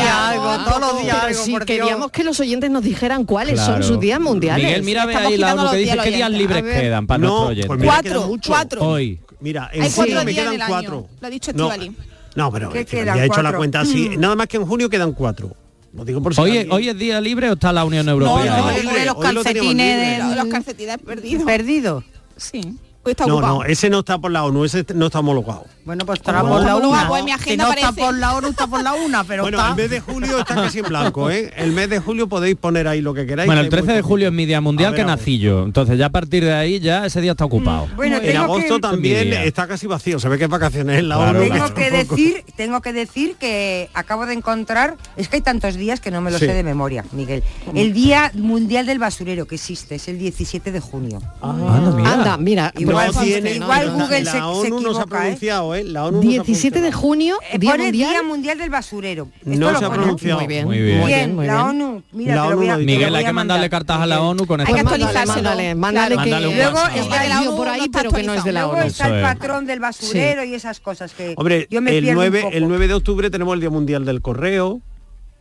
S8: días
S6: Pero
S8: algo,
S6: sí,
S8: por Dios.
S6: queríamos que los oyentes nos dijeran cuáles son
S7: Claro.
S6: sus días mundiales.
S7: Miguel, mira, ve ahí la ONU que dice qué días libres quedan para
S8: No,
S7: nuestros
S8: pues
S7: oyentes.
S8: mira, Cuatro, quedan muchos.
S10: cuatro.
S7: Hoy.
S8: Mira, en
S10: Hay cuatro
S8: junio
S10: días
S8: me
S10: en
S8: quedan
S10: el año.
S8: cuatro.
S10: Lo ha dicho
S8: No,
S10: Estivali.
S8: No, pero
S10: ¿Qué
S8: es que
S10: quedan?
S8: ya he hecho la
S10: Cuatro.
S8: cuenta así.
S10: Mm.
S8: Nada más que en junio quedan cuatro. Lo digo por si
S7: Hoy, es-
S8: alguien-
S7: hoy es día libre o está la Unión Europea?
S8: no,
S7: ahí?
S8: libre, hoy lo tenemos libre.
S10: Los calcetines perdidos.
S11: Perdido.
S10: Sí. Hoy está
S8: no, eh,
S10: ocupado.
S8: no, ese no está por la ONU, ese no está homologado.
S9: Bueno, pues
S10: estará
S9: por la una.
S10: Pues mi
S9: Si
S10: agenda
S9: no está
S10: parece-
S9: por la una, está por la una, pero
S8: Bueno,
S9: está...
S8: el mes de julio está casi en blanco, ¿eh? El mes de julio podéis poner ahí lo que queráis.
S7: Bueno,
S8: que
S7: el 13 de julio es mi día
S8: A
S7: mundial
S8: ver,
S7: que
S8: a ver.
S7: nací yo. Entonces ya a partir de ahí ya ese día está ocupado.
S6: Mm,
S11: bueno,
S8: en
S11: tengo
S8: agosto
S11: que-
S8: también
S7: Mira.
S8: está casi vacío, se ve que es vacaciones en la
S7: Claro,
S8: ONU.
S11: Tengo que
S8: tampoco.
S11: decir, tengo que decir que acabo de encontrar, es que hay tantos días que no me lo
S8: Sí.
S11: sé de memoria, Miguel. El Día Mundial del Basurero que existe es el 17 de junio.
S6: Ah. Anda, mira,
S11: Igual,
S6: pues,
S11: tiene-
S6: no,
S11: igual
S6: no, no.
S11: Google se,
S8: Ah, La ONU
S11: se
S8: no se ha
S11: equivoca, ¿eh?
S8: pronunciado, ¿eh? La ONU no se ha
S6: 17 de junio,
S11: Eh,
S6: día
S11: pone
S6: mundial.
S11: Día Mundial del Basurero.
S8: No se ha
S11: pone.
S8: pronunciado.
S6: Muy bien,
S7: Muy bien.
S6: muy
S11: Bien,
S6: bien, muy
S11: la
S6: bien.
S11: ONU, mira, te lo voy a- te lo
S7: Miguel,
S11: voy
S7: hay
S11: a
S7: que mandarle cartas a la ONU con
S11: Hay que
S7: esta
S11: actualizarlo.
S6: Mándale,
S11: Claro.
S6: mándale que
S7: Mándale un
S6: luego
S7: WhatsApp.
S6: está el vídeo Ah, por ahí, pero que no es de la
S11: Luego
S6: ONU.
S11: está el
S8: Eso es.
S11: patrón del basurero y esas cosas que
S8: Hombre,
S11: yo me
S8: el
S11: pierdo
S8: 9,
S11: un poco.
S8: el 9 de octubre tenemos el Día Mundial del Correo.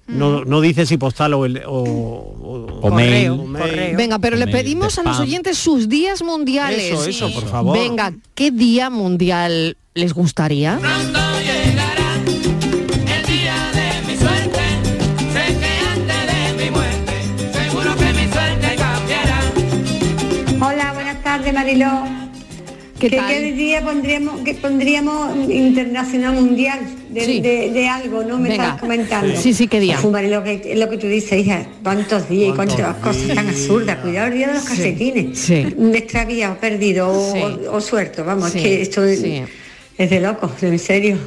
S11: Mm.
S8: No, no dice si postal o, el, o, o-
S7: O mail.
S8: o mail.
S6: Venga, pero le
S7: Email,
S6: pedimos a los
S7: spam.
S6: oyentes sus días mundiales.
S8: Eso, eso, Sí. por favor.
S6: Venga, ¿qué día mundial les gustaría?
S5: El día de mi suerte, sé que antes de mi muerte, seguro que mi suerte cambiará.
S16: Hola, buenas tardes, Mariló.
S6: ¿Qué,
S16: ¿Qué,
S6: tal?
S16: día pondríamos, que pondríamos internacional mundial de,
S6: Sí.
S16: de- de algo, no? Me
S6: Venga.
S16: estás comentando.
S6: Sí, sí, ¿qué día?
S16: Uf, Mariló, que, lo que tú dices, hija, cuántos días y cuántas cosas tan absurdas. Cuidado el día de los calcetines.
S6: sí.
S16: Me he extraviado, perdido o,
S6: Sí.
S16: o- o suelto. Vamos,
S6: Sí,
S16: es que esto
S6: sí.
S16: es de locos, en serio.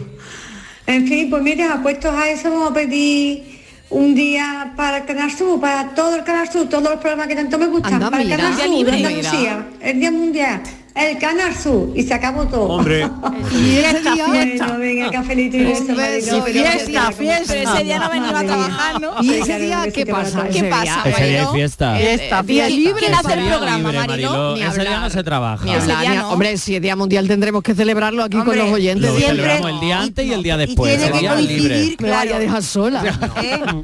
S16: En fin, pues mira, apuestos a eso vamos a pedir un día para el Canal Sur, para todo el Canal Sur, todos los programas que tanto me gustan,
S6: Anda,
S16: para el
S6: mira,
S16: Canal Sur,
S6: día libre,
S16: de Andalucía, el Día Mundial, el Canal Sur, y se acabó todo.
S8: Hombre.
S6: ¿Y ese
S16: Fiesta,
S6: día?
S16: Bueno, venga, cafelito y
S6: Un
S16: beso,
S6: beso,
S16: Mariló,
S6: fiesta,
S16: pero-
S6: fiesta.
S16: Pero ese día no venía a
S6: Madre mía.
S16: trabajar, ¿no?
S6: ¿Y
S16: Venga,
S6: ese día
S16: un
S6: qué
S16: besito para
S6: pasa?
S16: todos.
S6: Ese día-
S7: Ese día hay fiesta.
S6: Fiesta,
S7: Día
S6: fiesta.
S7: libre.
S6: ¿Quién hace el
S7: Día
S6: programa,
S7: libre,
S6: Mariló?
S7: Mariló.
S6: Ni
S7: Ese día no
S6: hablar.
S7: se trabaja.
S6: Ni hablar, ni- Hombre, si es Día Mundial tendremos que celebrarlo aquí
S11: Hombre,
S6: con los oyentes.
S7: Lo
S11: Siempre-
S7: celebramos el día antes y el día después.
S11: tiene
S7: el
S11: que
S7: día libre.
S11: coincidir,
S6: Me vaya a
S11: claro.
S6: dejar sola.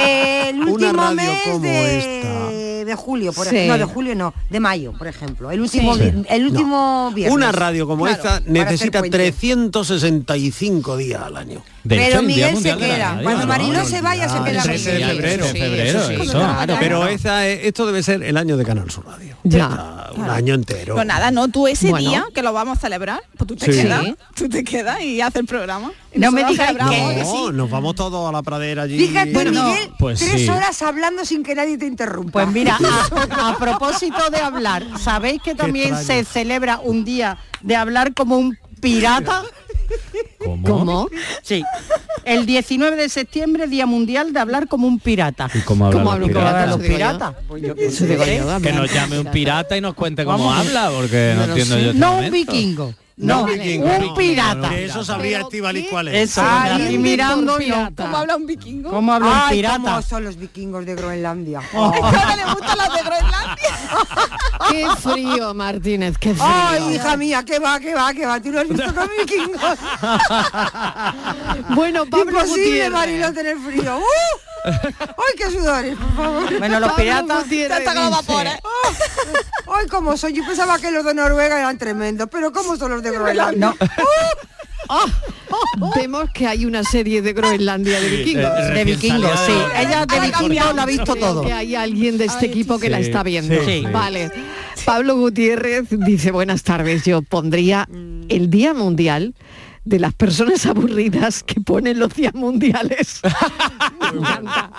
S11: Eh, el
S8: Una
S11: último
S8: radio
S11: mes
S8: como
S11: de, de julio, por
S6: Sí.
S11: ejemplo. No, de julio no, de mayo, por ejemplo. El último,
S8: Sí.
S11: vi- el último viernes.
S8: Una radio como
S11: Claro,
S8: esta
S11: para
S8: necesita
S11: hacer puente.
S8: 365 días al año.
S7: De hecho,
S11: Pero
S7: el Día
S11: Miguel se
S7: Mundial de la
S11: queda.
S7: Radio,
S11: Cuando
S7: ¿no?
S11: Mariló se vaya, se
S8: Ah, el
S11: queda Miguel.
S8: 13 de febrero.
S7: Sí, febrero,
S6: sí,
S7: eso.
S6: como
S7: Claro,
S6: trabajar,
S8: Pero
S6: ¿no?
S8: esa es- esto debe ser el año de Canal Sur Radio.
S6: Ya.
S8: Un año entero.
S10: Pues nada, no, tú ese
S6: Bueno.
S10: día que lo vamos a celebrar, pues tú te
S8: Sí.
S10: quedas,
S6: Sí.
S10: tú te quedas y haces el programa.
S6: No me
S10: Nosotros
S6: digas
S10: celebramos
S6: que-
S10: que sí.
S8: No, nos vamos todos a la pradera allí.
S11: Fíjate, Miguel,
S7: pues
S11: tres
S7: sí.
S11: horas hablando sin que nadie te interrumpa.
S9: Pues mira, a, a propósito de hablar, ¿sabéis que también se celebra un día de hablar como un pirata?
S6: ¿Cómo?
S9: Sí. El 19 de septiembre, Día Mundial de hablar como un pirata.
S7: ¿Y cómo hablan
S6: ¿Cómo
S7: los
S6: hablan- cómo hablan
S7: piratas?
S9: Los
S6: Eso digo yo.
S9: piratas.
S6: Eso digo yo, dame.
S7: Que nos llame un pirata y nos cuente cómo
S9: Vamos.
S7: habla, porque no,
S6: no
S7: entiendo
S6: sé.
S7: yo. este
S9: No un
S7: momento.
S9: vikingo. No,
S8: un vikingo,
S9: un pirata.
S8: De eso sabría Estivali cuál es.
S9: Eso,
S6: Ay,
S9: y
S6: un
S9: mirando
S6: Víctor
S9: no,
S6: pirata.
S10: ¿Cómo habla un vikingo?
S9: cómo habla un
S11: Ay,
S9: pirata.
S11: cómo son los vikingos de
S8: Oh,
S11: Groenlandia.
S10: ¿Cómo le gustan las de Groenlandia?
S6: Qué frío, Martínez, qué frío.
S11: Ay, hija mía, que va, que va, que va. Tú no has visto los vikingos.
S6: bueno, Pablo
S11: Imposible,
S6: Gutiérrez.
S11: Mariló, tener frío. ¡Uh! ¡Ay, qué sudores, por favor!
S9: Bueno, los
S6: Pablo
S9: piratas.
S6: Gutiérrez
S9: Tanta como
S6: dice-
S9: vapores.
S11: ¡Oh! ¡Ay, cómo son! Yo pensaba que los de Noruega eran tremendos, pero ¿cómo son los de Groenlandia? ¡Oh!
S9: No. Ah,
S6: Vemos que hay una serie de Groenlandia de vikingos.
S7: eh,
S9: De
S7: recién
S9: vikingos,
S7: salida
S9: sí.
S7: de-
S9: Ella de vikingos lo ha visto
S6: Creo
S9: todo.
S6: Que hay alguien de este equipo que la
S7: sí,
S6: está viendo.
S7: sí, sí.
S6: Vale. Pablo Gutiérrez dice, buenas tardes, yo pondría
S11: Mm.
S6: el Día Mundial de las personas aburridas que ponen los días mundiales. Me encanta.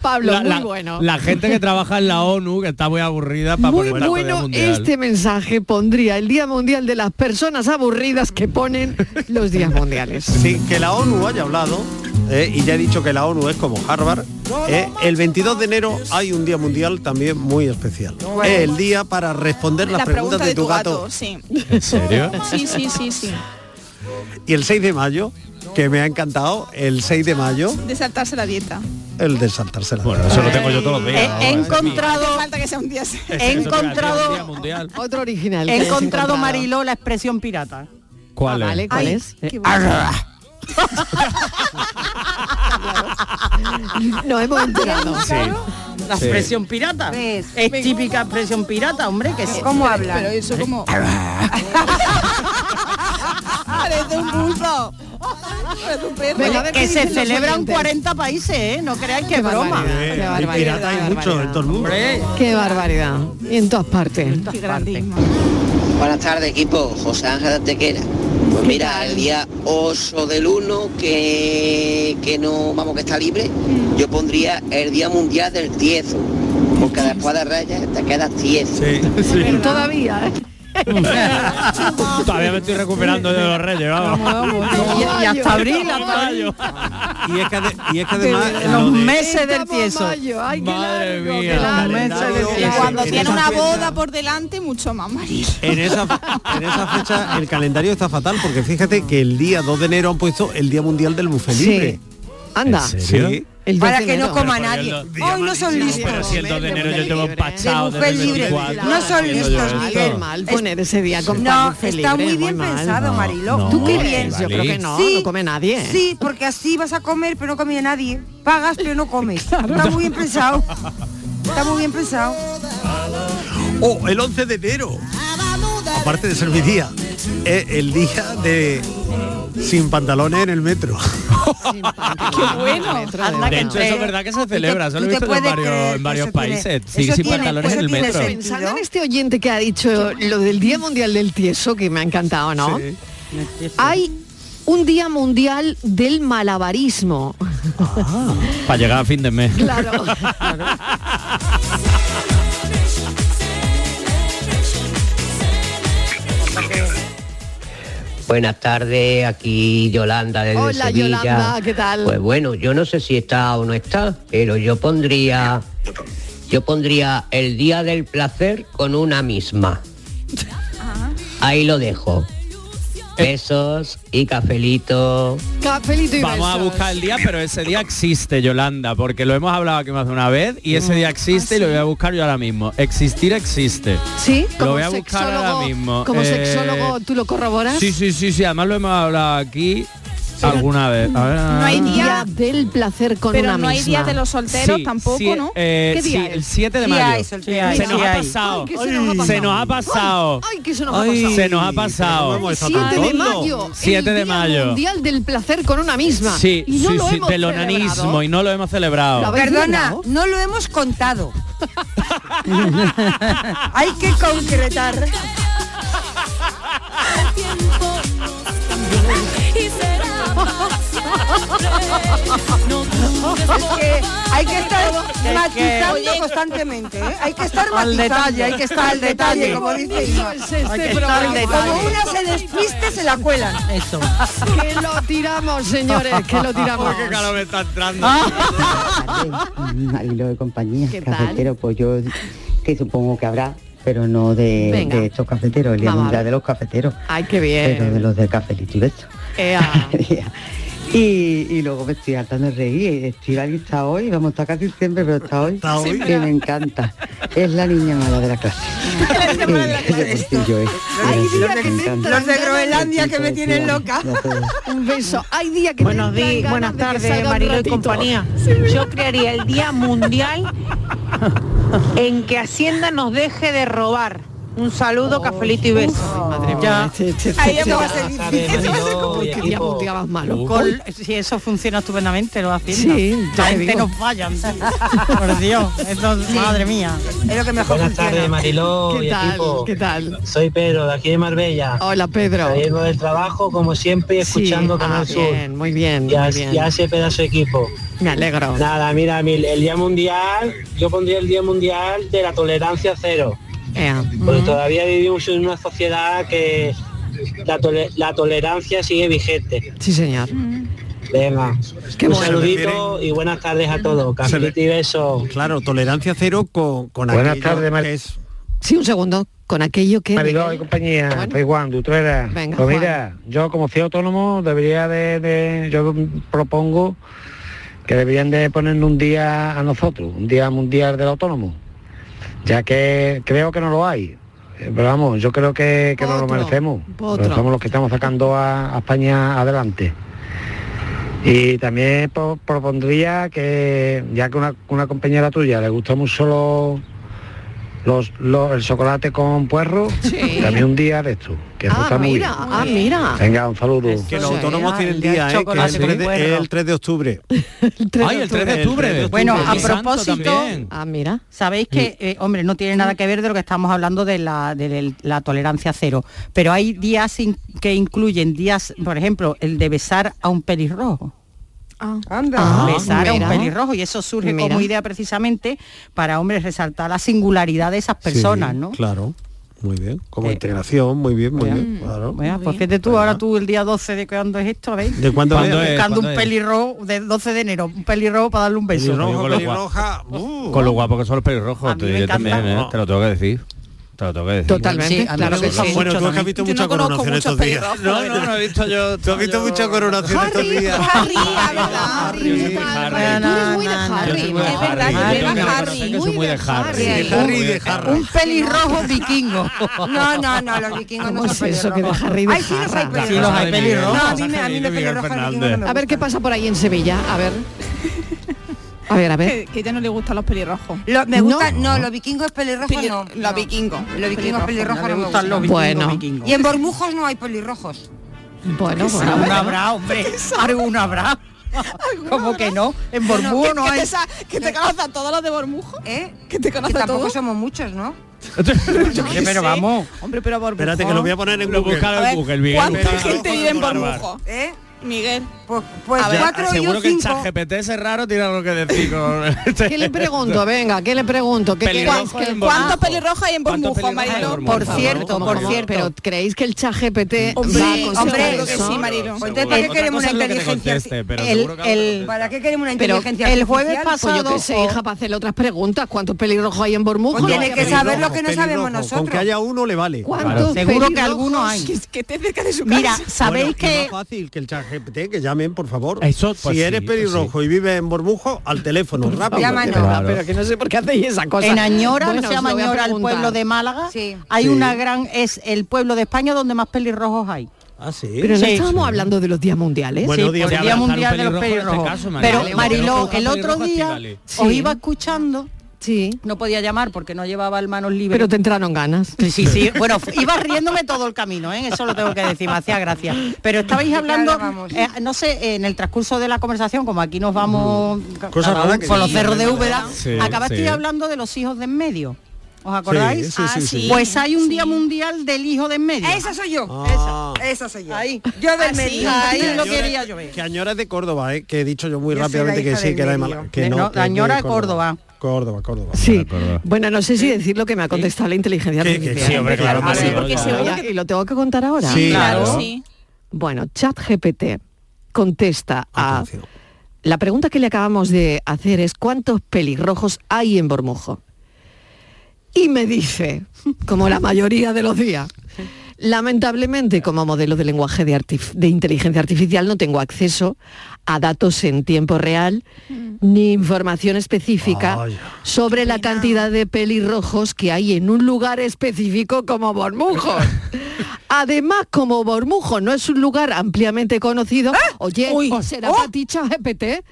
S6: Pablo,
S7: La,
S6: muy
S7: la-
S6: bueno.
S7: la gente que trabaja en la ONU, que está muy aburrida para
S6: muy
S7: poner la Corea
S6: bueno
S7: mundial.
S6: este mensaje pondría el Día Mundial de las personas aburridas que ponen los días mundiales.
S8: Sí, que la ONU haya hablado, eh, y ya he dicho que la ONU es como Harvard, eh, el 22 de enero hay un día mundial también muy especial. Es el día para responder las, preguntas, de tu gato.
S10: sí.
S7: ¿En serio?
S10: Sí, sí, sí, sí.
S8: Y el 6 de mayo, que me ha encantado, el 6 de mayo,
S10: De saltarse la dieta.
S8: el de saltarse la
S17: Bueno,
S8: cara.
S17: eso lo tengo yo todos los días.
S9: He, he
S10: No hace
S9: encontrado,
S10: falta que sea un día así.
S9: he
S7: Día
S9: encontrado,
S7: mundial.
S6: Otro original. que
S9: he
S6: hayas
S9: encontrado Mariló la expresión pirata.
S7: ¿Cuál
S6: Ah,
S7: es? Eh,
S6: vale, ¿cuál
S9: Ay,
S6: es?
S9: qué bueno.
S6: Nos hemos enterado.
S9: La
S7: Sí.
S9: expresión pirata.
S11: ¿Ves?
S9: Es típica expresión pirata, hombre, que sí.
S11: ¿Cómo
S10: Pero
S11: hablan?
S10: eso como...
S9: ¡ah!
S10: Parece un pulpo. Parece un perro.
S6: Venga, a ver qué
S9: que se
S6: dicen los
S9: celebra en
S6: oyentes.
S9: 40 países, ¿eh? No creáis que
S6: Qué
S9: es broma.
S6: barbaridad,
S8: Eh,
S6: qué
S8: hay
S6: barbaridad,
S8: piratas,
S6: qué
S8: hay muchos en
S6: barbaridad.
S8: todo el mundo.
S9: Hombre,
S6: Qué barbaridad. Y en todas partes.
S9: qué grandísimo.
S18: Buenas tardes, equipo. José Ángel de Antequera. Pues mira, el día 8 del 1, que, que no, vamos, que está libre,
S6: Mm.
S18: yo pondría el Día Mundial del 10, porque después de Reyes te quedas 10.
S6: Todavía, ¿eh?
S7: Todavía me estoy recuperando de los reyes, vamos.
S9: Y, y hasta abril, hasta abril.
S8: Y es que, ade- y es que además...
S9: Los
S8: lo de-
S9: meses del tieso.
S7: Madre
S9: qué largo. meses del
S10: Y
S9: tieso.
S10: cuando
S8: En
S10: tiene
S8: esa
S10: una
S8: fiesta-
S10: boda por delante, mucho más amarillo.
S8: En esa, en esa fecha el calendario está fatal porque fíjate que el día 2 de enero han puesto el Día Mundial del Bufé
S6: Sí.
S8: Libre.
S6: Anda.
S8: ¿En serio? Sí.
S6: El
S11: Para
S6: 12
S11: que
S6: de
S11: no
S6: enero.
S11: coma nadie. Hoy no son
S7: Pero
S11: listos.
S7: si el 2 de enero yo llevo empachado
S11: De buffet
S7: desde el
S11: libre.
S7: 24.
S11: No son
S7: Haciendo
S11: listos,
S7: yo
S11: Miguel.
S7: esto.
S6: Mal poner ese día con
S11: No,
S6: pan feliz,
S11: está muy
S6: es
S11: bien
S6: mal.
S11: pensado, Mariló.
S6: no,
S11: ¿Tú qué
S6: no,
S11: piensas?
S6: Yo creo que no,
S11: Sí.
S6: no come nadie.
S11: Sí, porque así vas a comer, pero no come nadie. Pagas, pero no comes. Está muy bien pensado. Está muy bien pensado.
S8: Oh, el 11 de enero. Aparte de ser mi día, es el día de sin pantalones en el metro.
S11: Ah,
S10: Qué bueno.
S7: De hecho, eso es verdad que se celebra, solo
S8: tú
S7: he
S8: te
S7: visto en
S8: puedes
S7: varios,
S8: creer
S7: en
S8: que
S7: varios
S8: eso tiene-
S7: países.
S8: eso
S7: Sí, sin
S8: tiene-
S7: pantalones en el metro.
S6: Pensando en este oyente que ha dicho lo del Día Mundial del Tieso, que me ha encantado, ¿no? Hay un Día Mundial del Malabarismo.
S7: Para llegar a fin de mes.
S6: Claro.
S19: Buenas tardes, aquí Yolanda desde
S6: Hola,
S19: Sevilla.
S6: Yolanda, ¿qué tal?
S19: Pues bueno, yo no sé si está o no está, pero yo pondría yo pondría el día del placer con una misma. Ahí lo dejo. Besos y cafelito.
S6: Eh. Cafelito y
S7: Vamos a
S6: besos.
S7: buscar el día, pero ese día existe, Yolanda, porque lo hemos hablado aquí más de una vez y ese día existe y lo voy a buscar yo ahora mismo. Existir existe.
S6: Sí,
S7: Lo
S6: como
S7: voy a buscar
S6: sexólogo,
S7: ahora mismo.
S6: como
S7: Eh,
S6: sexólogo, ¿tú lo corroboras?
S7: Sí, sí, sí, sí. Además lo hemos hablado aquí alguna vez. A ver, ah.
S6: No hay
S7: a ver.
S6: día del placer con
S10: Pero
S6: una
S10: no hay
S6: misma.
S10: día de los solteros
S7: Sí,
S10: tampoco,
S7: sí,
S10: ¿no?
S7: eh,
S10: ¿Qué día
S7: sí,
S10: es?
S7: el 7 de
S10: Sí
S7: mayo.
S10: hay, sol- sí hay,
S7: se,
S10: sí
S7: nos ha
S10: hay.
S7: pasado.
S10: Ay, que se nos ha
S7: Se nos ha pasado.
S6: Ay, que se nos ha pasado.
S7: Se nos ha pasado.
S6: El 7 de mayo.
S7: 7 de mayo.
S6: Mundial del placer con una misma.
S7: Sí,
S6: y no
S7: sí,
S6: lo
S7: sí,
S6: hemos
S7: del
S6: celebrado.
S7: onanismo y no lo hemos celebrado.
S11: Perdona, no lo hemos contado. Hay que concretar. Es que hay que estar
S9: que-
S11: matizando constantemente, ¿eh? hay que estar
S9: Al
S11: matizando.
S9: detalle, hay que estar al detalle.
S11: como dice
S9: Qué
S11: Iván.
S9: bonito es este
S11: Hay que estar
S9: programa.
S11: al detalle. Como una se despiste, se la cuelan.
S9: Eso.
S6: Que lo tiramos, señores, que lo tiramos.
S7: Oh,
S6: Ah.
S7: Qué calor me está entrando.
S20: Marilo de compañía,
S6: ¿Qué tal?
S20: cafetero, pues yo que supongo que habrá, pero no de,
S6: Venga.
S20: de estos cafeteros, el día
S6: Vamos a
S20: mundial
S6: ver.
S20: de los cafeteros.
S6: Ay, qué bien.
S20: Pero de los de cafelito y beso.
S6: Ea.
S20: Y, y luego me estoy hartando de reír. eh, Estival está hoy, vamos, está casi siempre, pero está hoy,
S5: hoy.
S20: que me encanta. Es la niña mala de la clase.
S6: Eh,
S20: Sí, yo, eh,
S11: Hay
S20: gracias,
S11: días que
S20: me
S11: te
S20: encanta.
S6: este
S11: entran Los de Groenlandia
S20: Pues
S11: que me tienen loca.
S6: Un beso. Hay día que
S21: Buenos días, buenas tardes, Marilo y compañía. Yo crearía el Día Mundial en que Hacienda nos deje de robar. Un
S9: Oh,
S21: saludo, cafelito y besos.
S9: Ya.
S21: Ahí va a ser
S9: Buenas
S21: difícil.
S9: tardes,
S21: Eso va a ser
S9: Mariló,
S21: difícil.
S9: y
S21: Qué día
S9: equipo.
S6: mundial más malo.
S9: Con- si eso funciona estupendamente, lo hacen.
S6: Sí, ya
S9: la
S6: te
S9: gente
S6: digo.
S9: nos fallan. Por Dios, esto- madre mía.
S11: Es lo que
S22: Buenas tardes, Mariló
S6: ¿Qué
S22: y
S6: tal?
S22: equipo.
S6: ¿Qué tal?
S22: Soy Pedro, de aquí de Marbella.
S6: Hola, Pedro.
S22: Saliendo del trabajo, como siempre,
S6: Sí,
S22: escuchando
S6: ah,
S22: Canal Sur.
S6: bien, muy bien, muy
S22: Y así-
S6: bien.
S22: y hace pedazo de equipo.
S6: Me alegro.
S22: Nada, mira, Mil, el Día Mundial, yo pondría el Día Mundial de la Tolerancia Cero.
S6: Ea.
S22: Porque todavía vivimos en una sociedad que la, tole- la tolerancia sigue vigente.
S6: Sí, señor.
S22: Venga,
S6: Qué
S22: un
S7: Pues
S6: bueno.
S22: saludito y buenas tardes a todos. Cafelito y beso.
S8: Claro, tolerancia cero con, con
S22: Buenas
S8: aquello
S22: tardes, Mar-
S8: que es-
S6: Sí, un segundo. Con aquello que...
S22: Mariló y compañía, soy pues Juan Dutrera.
S6: Venga,
S22: pues
S6: Juan.
S22: mira, yo como soy autónomo debería de, de- yo propongo que deberían de ponernos un día a nosotros, un día mundial del autónomo, ya que creo que no lo hay. Eh, Pero vamos, yo creo que, que nos lo merecemos.
S6: otro.
S22: Pero Somos los que estamos sacando a, a España adelante. Y también po- propondría que, ya que una, una compañera tuya le gusta mucho los los, los- el chocolate con puerro, también un día de esto, que eso
S6: Ah,
S22: está muy
S6: mira,
S22: bien.
S6: ah, mira.
S22: Venga, un saludo.
S8: Que los autónomos tienen día, ¿eh? Que es el 3 de- es el 3 de octubre.
S7: Ay, el 3 de octubre.
S9: Bueno, a
S7: Y santo
S9: propósito,
S7: también.
S6: ah, mira.
S9: sabéis que, eh, hombre, no tiene nada que ver de lo que estamos hablando de la, de la- la tolerancia cero, pero hay días in- que incluyen días, por ejemplo, el de besar a un pelirrojo. Ah,
S11: Anda.
S6: Ah,
S9: besar a
S11: Ah, mira.
S9: un pelirrojo y eso surge
S11: Mira.
S9: como idea precisamente para hombres resaltar la singularidad de esas personas,
S8: Sí,
S9: ¿no?
S8: Claro, muy bien. Como integración, muy bien, muy bien. Claro.
S9: Vea, pues fíjate tú, ahora tú el día 12 de cuándo es esto, ¿veis?
S8: ¿De cuándo
S9: Buscando
S8: es?
S9: Buscando
S8: ¿Cuándo
S9: un
S8: es?
S9: pelirrojo de 12 de enero, un pelirrojo para darle un beso.
S7: Pelirrojo, Con lo cual- pelirroja,
S8: uh.
S7: Con lo guapo que son los pelirrojos, tú, yo también, ¿eh? te lo tengo que decir. Te lo tengo que decir.
S8: Totalmente, Sí, a mí claro me que gusta sí. mucho
S7: Bueno, tú es que has
S8: también.
S7: visto
S8: Yo no
S7: mucha
S8: conozco
S7: coronación
S8: muchos
S7: estos días.
S8: pelirrojos,
S7: No,
S8: la
S7: no, no he visto yo.
S8: Tú has visto mucha coronación estos días.
S7: Harry, es verdad, yo soy muy de Harry.
S11: Harry.
S7: Muy de Harry.
S9: Un pelirrojo vikingo.
S11: No, no, no, los vikingos no
S6: ¿Cómo
S11: son
S6: es eso que deja
S11: pelirrojos.
S6: rey de
S11: Ay, sí, los hay
S6: jarra?
S11: pelirrojos.
S6: Sí, los hay pelirrojos.
S11: No, a mí me- a mí me pelirrojos
S6: A ver qué pasa por ahí en Sevilla. A ver. A ver, a ver.
S10: Que, que ya no le gustan los pelirrojos.
S11: Lo- me gusta, no. los vikingos pelirrojos
S10: Peli-
S11: no.
S10: los
S11: no.
S10: vikingos.
S11: Los vikingos
S10: Pelirrojos, no
S11: pelirrojos
S10: le
S11: no, me
S10: gustan
S11: gustan.
S10: los
S6: Bueno. vikingos.
S11: Y en Bormujos no hay pelirrojos.
S6: Bueno, bueno.
S9: Alguno habrá, hombre. Alguno habrá. ¿Cómo que no? En Bormudo no hay.
S10: Que te conozcan todos los de Bormujo.
S11: ¿Eh?
S10: Que te
S11: Que
S10: conozcan
S11: tampoco
S10: todos.
S11: somos muchos, ¿no?
S9: Hombre, pero vamos.
S10: Hombre, pero Bormujo.
S8: Espérate, que lo voy a poner en Google.
S7: buscado en
S8: A ver,
S7: Google, Miguel,
S8: ¿cuánta
S7: buscado en
S8: gente
S7: Google,
S8: vive en
S7: Google Barbar.
S10: Bormujo.
S11: ¿Eh?
S10: Miguel.
S11: Pues, pues
S7: Ya,
S11: cuatro y
S7: seguro
S11: un
S7: que el
S11: cinco.
S7: chat GPT ese raro tiene algo que decir con este-
S6: ¿Qué le pregunto? Venga, ¿qué le pregunto? ¿Qué, qué-
S7: Pelirrojo
S6: cuán-
S7: en
S6: qué-
S7: Bormujo.
S10: ¿Cuántos pelirrojos hay en
S7: ¿Cuántos
S10: Bormujo,
S7: pelirrojos hay en
S10: Marilo?
S7: Bormujo? Por
S6: favor,
S7: cierto,
S6: ¿cómo,
S7: por
S6: cómo?
S7: cierto.
S6: Pero creéis que el chat GPT va a
S10: Hombre,
S6: conseguir
S10: hombre,
S6: eso?
S10: creo que sí, Marilo.
S11: Entonces, ¿para qué
S7: Otra
S11: queremos
S7: cosa es
S11: una
S7: lo que te
S11: inteligencia
S6: este,
S7: conteste, pero
S11: arti-
S7: seguro que
S11: el- ¿Para qué queremos una
S6: Pero
S11: inteligencia
S6: el jueves
S11: artificial?
S6: pasado pues yo qué sé, hija, para hacerle otras preguntas, ¿cuántos pelirrojos hay en Bormujo?
S11: Tiene
S6: No,
S11: que
S6: ya-
S11: saber lo que no
S8: Pelirrojo,
S11: sabemos
S8: Con
S11: nosotros.
S8: que haya uno le vale.
S6: ¿Cuántos
S9: Seguro que
S6: pelirrojos?
S9: alguno hay.
S10: Que, que esté cerca de su casa.
S9: Mira, sabéis
S8: Bueno, y
S9: que
S8: más fácil que el chat GPT, que llamen, por favor.
S7: Eso, pues
S8: si
S7: sí,
S8: eres
S7: pues
S8: pelirrojo y vives en Bormujo, al teléfono, rápido.
S11: Llámanos.
S7: Claro.
S6: Pero que no sé por qué hacéis esa cosa.
S9: en Añora,
S6: Bueno,
S9: no
S6: os
S9: se
S6: lo
S9: llama
S6: voy a
S9: Añora el
S6: preguntar.
S9: pueblo de Málaga,
S11: Sí.
S9: hay
S8: Sí.
S9: una gran, es el pueblo de España donde más pelirrojos hay.
S8: Ah, sí.
S6: Pero no
S9: Sí.
S6: estábamos hablando de los días mundiales. pues,
S8: Bueno,
S9: Sí,
S8: día-
S9: por el
S8: de
S9: Día
S7: abrazar un
S9: Mundial de los
S7: pelirrojo en este
S9: Pelirrojos.
S7: caso, Mariló.
S9: Pero
S7: Pelirrojo
S9: Mariló,
S7: busca
S9: el otro
S7: pelirrojo
S9: día
S7: Estivali.
S9: os
S6: Sí.
S9: iba escuchando,
S6: Sí,
S9: no podía llamar porque no llevaba el manos libres.
S6: pero te entraron ganas.
S9: Sí, sí, sí. Bueno, fu- iba riéndome todo el camino, ¿eh? eso lo tengo que decir, me hacía gracia. Pero estabais hablando,
S11: hablábamos?
S9: eh, no sé, en el transcurso de la conversación, como aquí nos vamos ca-
S8: Cosas
S9: cada
S8: raras
S9: uno
S8: Mm. que
S9: por
S8: sí,
S9: los cerros de
S8: sí,
S9: Úbeda,
S7: sí.
S9: acabasteis
S7: Sí.
S9: hablando de los hijos de en medio. ¿Os acordáis?
S8: Sí, sí, sí, sí.
S9: Pues hay un día mundial del hijo de en medio.
S11: Esa soy yo.
S8: Ah.
S11: Esa soy yo.
S9: Ahí. Ah,
S11: Yo del
S9: Así,
S11: medio.
S9: ahí
S11: Yo
S9: lo
S11: del-
S9: quería yo ver.
S8: Que Añora es de Córdoba, eh, que he dicho yo muy
S11: Yo soy
S8: rápidamente
S11: la
S8: que
S11: hija
S8: sí,
S11: del
S8: que era de
S11: medio.
S8: Málaga. Que
S9: De-
S8: no,
S9: no,
S8: que es
S9: Añora de Córdoba.
S8: Córdoba, Córdoba.
S6: Sí. Bueno, no sé si decir lo que me ha contestado la inteligencia
S8: Que- que
S6: artificial.
S8: sí, hombre, claro que
S6: A
S8: sí,
S6: ver,
S8: porque
S6: ya,
S8: seguro
S6: ya, Y lo tengo que contar ahora.
S8: Sí,
S10: claro,
S8: claro.
S10: sí.
S6: Bueno, ChatGPT contesta a la pregunta que le acabamos de hacer es ¿cuántos pelirrojos hay en Bormujo? Y me dice, como la mayoría de los días, lamentablemente como modelo de lenguaje de, artif- de inteligencia artificial no tengo acceso a datos en tiempo real
S9: Mm.
S6: ni información específica
S8: Vaya.
S6: sobre la cantidad de pelirrojos que hay en un lugar específico como Bormujos. Además, como Bormujo no es un lugar ampliamente conocido,
S9: ¡Ah!
S6: oye, será paticha GPT.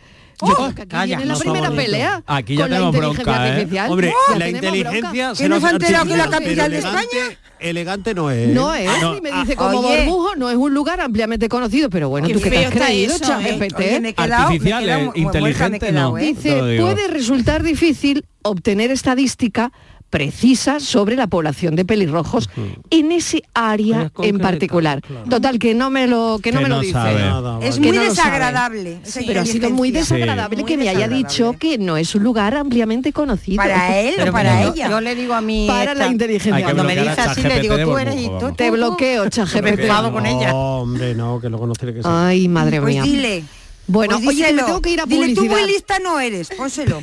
S6: Yo creo que aquí
S9: ¡Oh! Calla,
S6: viene la
S9: no
S6: primera
S9: somos
S6: pelea.
S7: Aquí ya
S6: con la
S7: tenemos
S6: inteligencia
S7: bronca, ¿eh?
S6: artificial.
S8: Hombre,
S6: Ya
S8: la
S6: tenemos
S8: inteligencia
S6: bronca.
S8: se nos
S11: nos ha enterado que la
S8: pero
S11: capital de
S8: elegante, elegante no
S7: Eh,
S8: es.
S6: No es,
S8: Ah, no.
S6: y me
S8: Ah,
S6: dice como
S11: oye.
S6: Bormujo no es un lugar ampliamente conocido, pero bueno,
S10: Qué
S6: tú que te
S10: feo
S6: has
S10: está
S6: creído,
S10: eso,
S6: ChatGPT.
S11: ¿eh? Oye, me he quedado, me he
S7: Artificial,
S11: quedado
S7: eh,
S11: mu- vuelta, me he
S7: inteligente
S11: quedado,
S7: no.
S11: ¿eh?
S7: Te lo
S6: Dice,
S7: digo.
S6: puede resultar difícil obtener estadística precisa sobre la población de pelirrojos en ese área en particular. Total, que no me lo, que no
S7: Que
S6: me lo
S7: no
S6: dice.
S7: sabe.
S8: Nada,
S11: Es
S8: vale.
S11: muy
S6: Que no lo sabe.
S11: desagradable. esa
S6: Sí, pero ha sido muy
S11: inteligencia.
S6: desagradable
S11: Sí.
S6: que
S11: Muy
S6: me haya dicho
S11: desagradable.
S6: que no es un lugar ampliamente conocido.
S11: Para él o
S9: Pero
S11: para
S9: yo-
S11: ella.
S9: Yo le digo a mi
S6: Para la inteligencia.
S7: Hay que
S9: Cuando me
S7: bloquear
S9: dice
S7: a
S9: así, le digo,
S7: ChatGPT de
S9: tú eres y
S7: Bormujo,
S9: tú.
S7: vamos.
S6: Te bloqueo, ChatGPT.
S9: enfado con ella.
S8: No, hombre, no, que luego nos tiene que ser.
S6: Ay, madre
S11: Pues
S6: mía.
S11: dile.
S6: Bueno,
S11: pues
S6: oye, que me
S11: díselo.
S6: tengo que ir a
S11: Dile, tú
S6: publicidad.
S11: muy lista no eres, pónselo.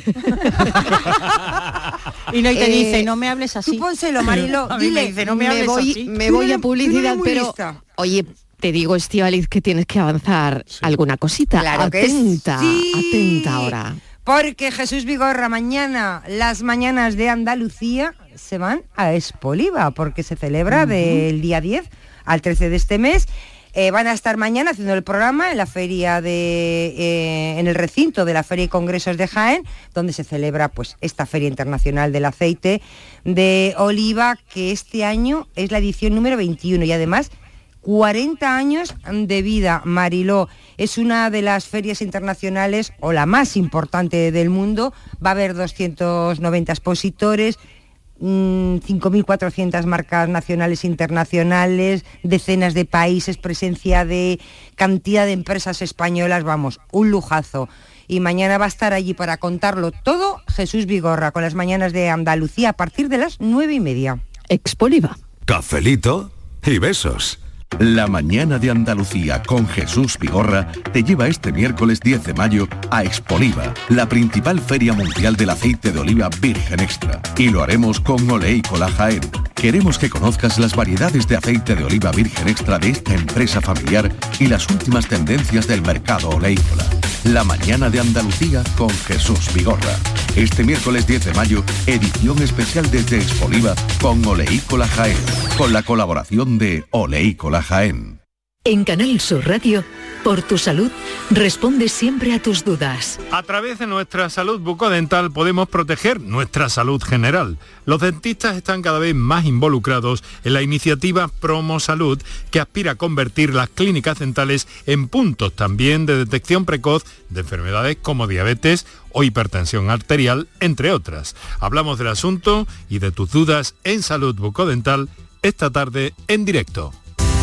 S9: Y no y te
S6: Eh,
S9: dice, no me hables así.
S11: Tú pónselo, Marilo.
S9: A mí me
S11: Dile,
S9: dice, no me hables
S6: voy,
S9: así.
S6: me
S11: Tú
S6: voy
S11: eres-
S6: a
S11: tú eres
S6: publicidad,
S11: muy
S6: pero
S11: lista.
S6: oye, te digo, Estivaliz, que tienes que avanzar alguna cosita.
S11: Claro que
S6: atenta,
S11: sí.
S6: atenta ahora.
S11: Porque Jesús Vigorra mañana, las mañanas de Andalucía se van a Espoliva, porque se celebra del día 10 al 13 de este mes Eh, van a estar mañana haciendo el programa en la feria de eh, en el recinto de la Feria y Congresos de Jaén, donde se celebra pues esta Feria Internacional del Aceite de Oliva, que este año es la edición número 21 y además 40 años de vida, Mariló. Es una de las ferias internacionales o la más importante del mundo. Va a haber 290 expositores, mm, 5.400 marcas nacionales e internacionales, decenas de países, presencia de cantidad de empresas españolas, vamos, un lujazo. Y mañana va a estar allí para contarlo todo Jesús Vigorra con las mañanas de Andalucía a partir de las nueve y media.
S6: Expoliva.
S3: Cafelito y besos. La mañana de Andalucía con Jesús Vigorra te lleva este miércoles 10 de mayo a Expoliva, la principal feria mundial del aceite de oliva virgen extra. Y lo haremos con Oleícola Jaén. Queremos que conozcas las variedades de aceite de oliva virgen extra de esta empresa familiar y las últimas tendencias del mercado oleícola. La mañana de Andalucía con Jesús Vigorra. Este miércoles 10 de mayo, edición especial desde Expoliva con Oleícola Jaén, con la colaboración de Oleícola Jaén.
S12: En Canal Sur Radio, por tu salud, responde siempre a tus dudas.
S1: A través de nuestra salud bucodental podemos proteger nuestra salud general. Los dentistas están cada vez más involucrados en la iniciativa Promo Salud, que aspira a convertir las clínicas dentales en puntos también de detección precoz de enfermedades como diabetes o hipertensión arterial, entre otras. Hablamos del asunto y de tus dudas en salud bucodental esta tarde en directo.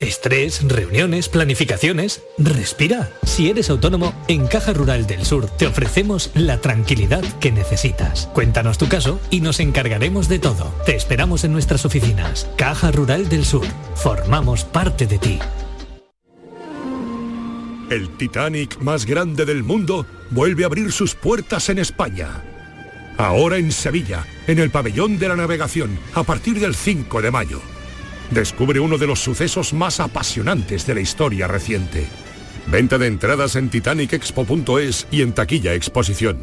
S4: Estrés, reuniones, planificaciones. Respira. Si eres autónomo, en Caja Rural del Sur te ofrecemos la tranquilidad que necesitas. Cuéntanos tu caso y nos encargaremos de todo. Te esperamos en nuestras oficinas. Caja Rural del Sur. Formamos parte de ti.
S23: El Titanic más grande del mundo vuelve a abrir sus puertas en España. Ahora en Sevilla, en el pabellón de la navegación, a partir del 5 de mayo. Descubre uno de los sucesos más apasionantes de la historia reciente. Venta de entradas en titanicexpo.es y en taquilla exposición.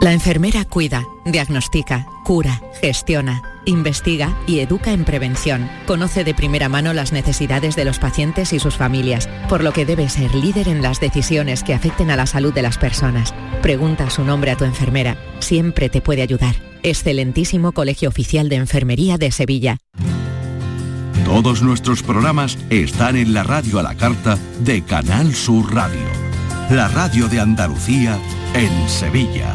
S13: La enfermera cuida, diagnostica, cura, gestiona, investiga y educa en prevención. Conoce de primera mano las necesidades de los pacientes y sus familias, por lo que debe ser líder en las decisiones que afecten a la salud de las personas. Pregunta su nombre a tu enfermera, siempre te puede ayudar. Excelentísimo Colegio Oficial de Enfermería de Sevilla.
S3: Todos nuestros programas están en la radio a la carta de Canal Sur Radio. La radio de Andalucía en Sevilla.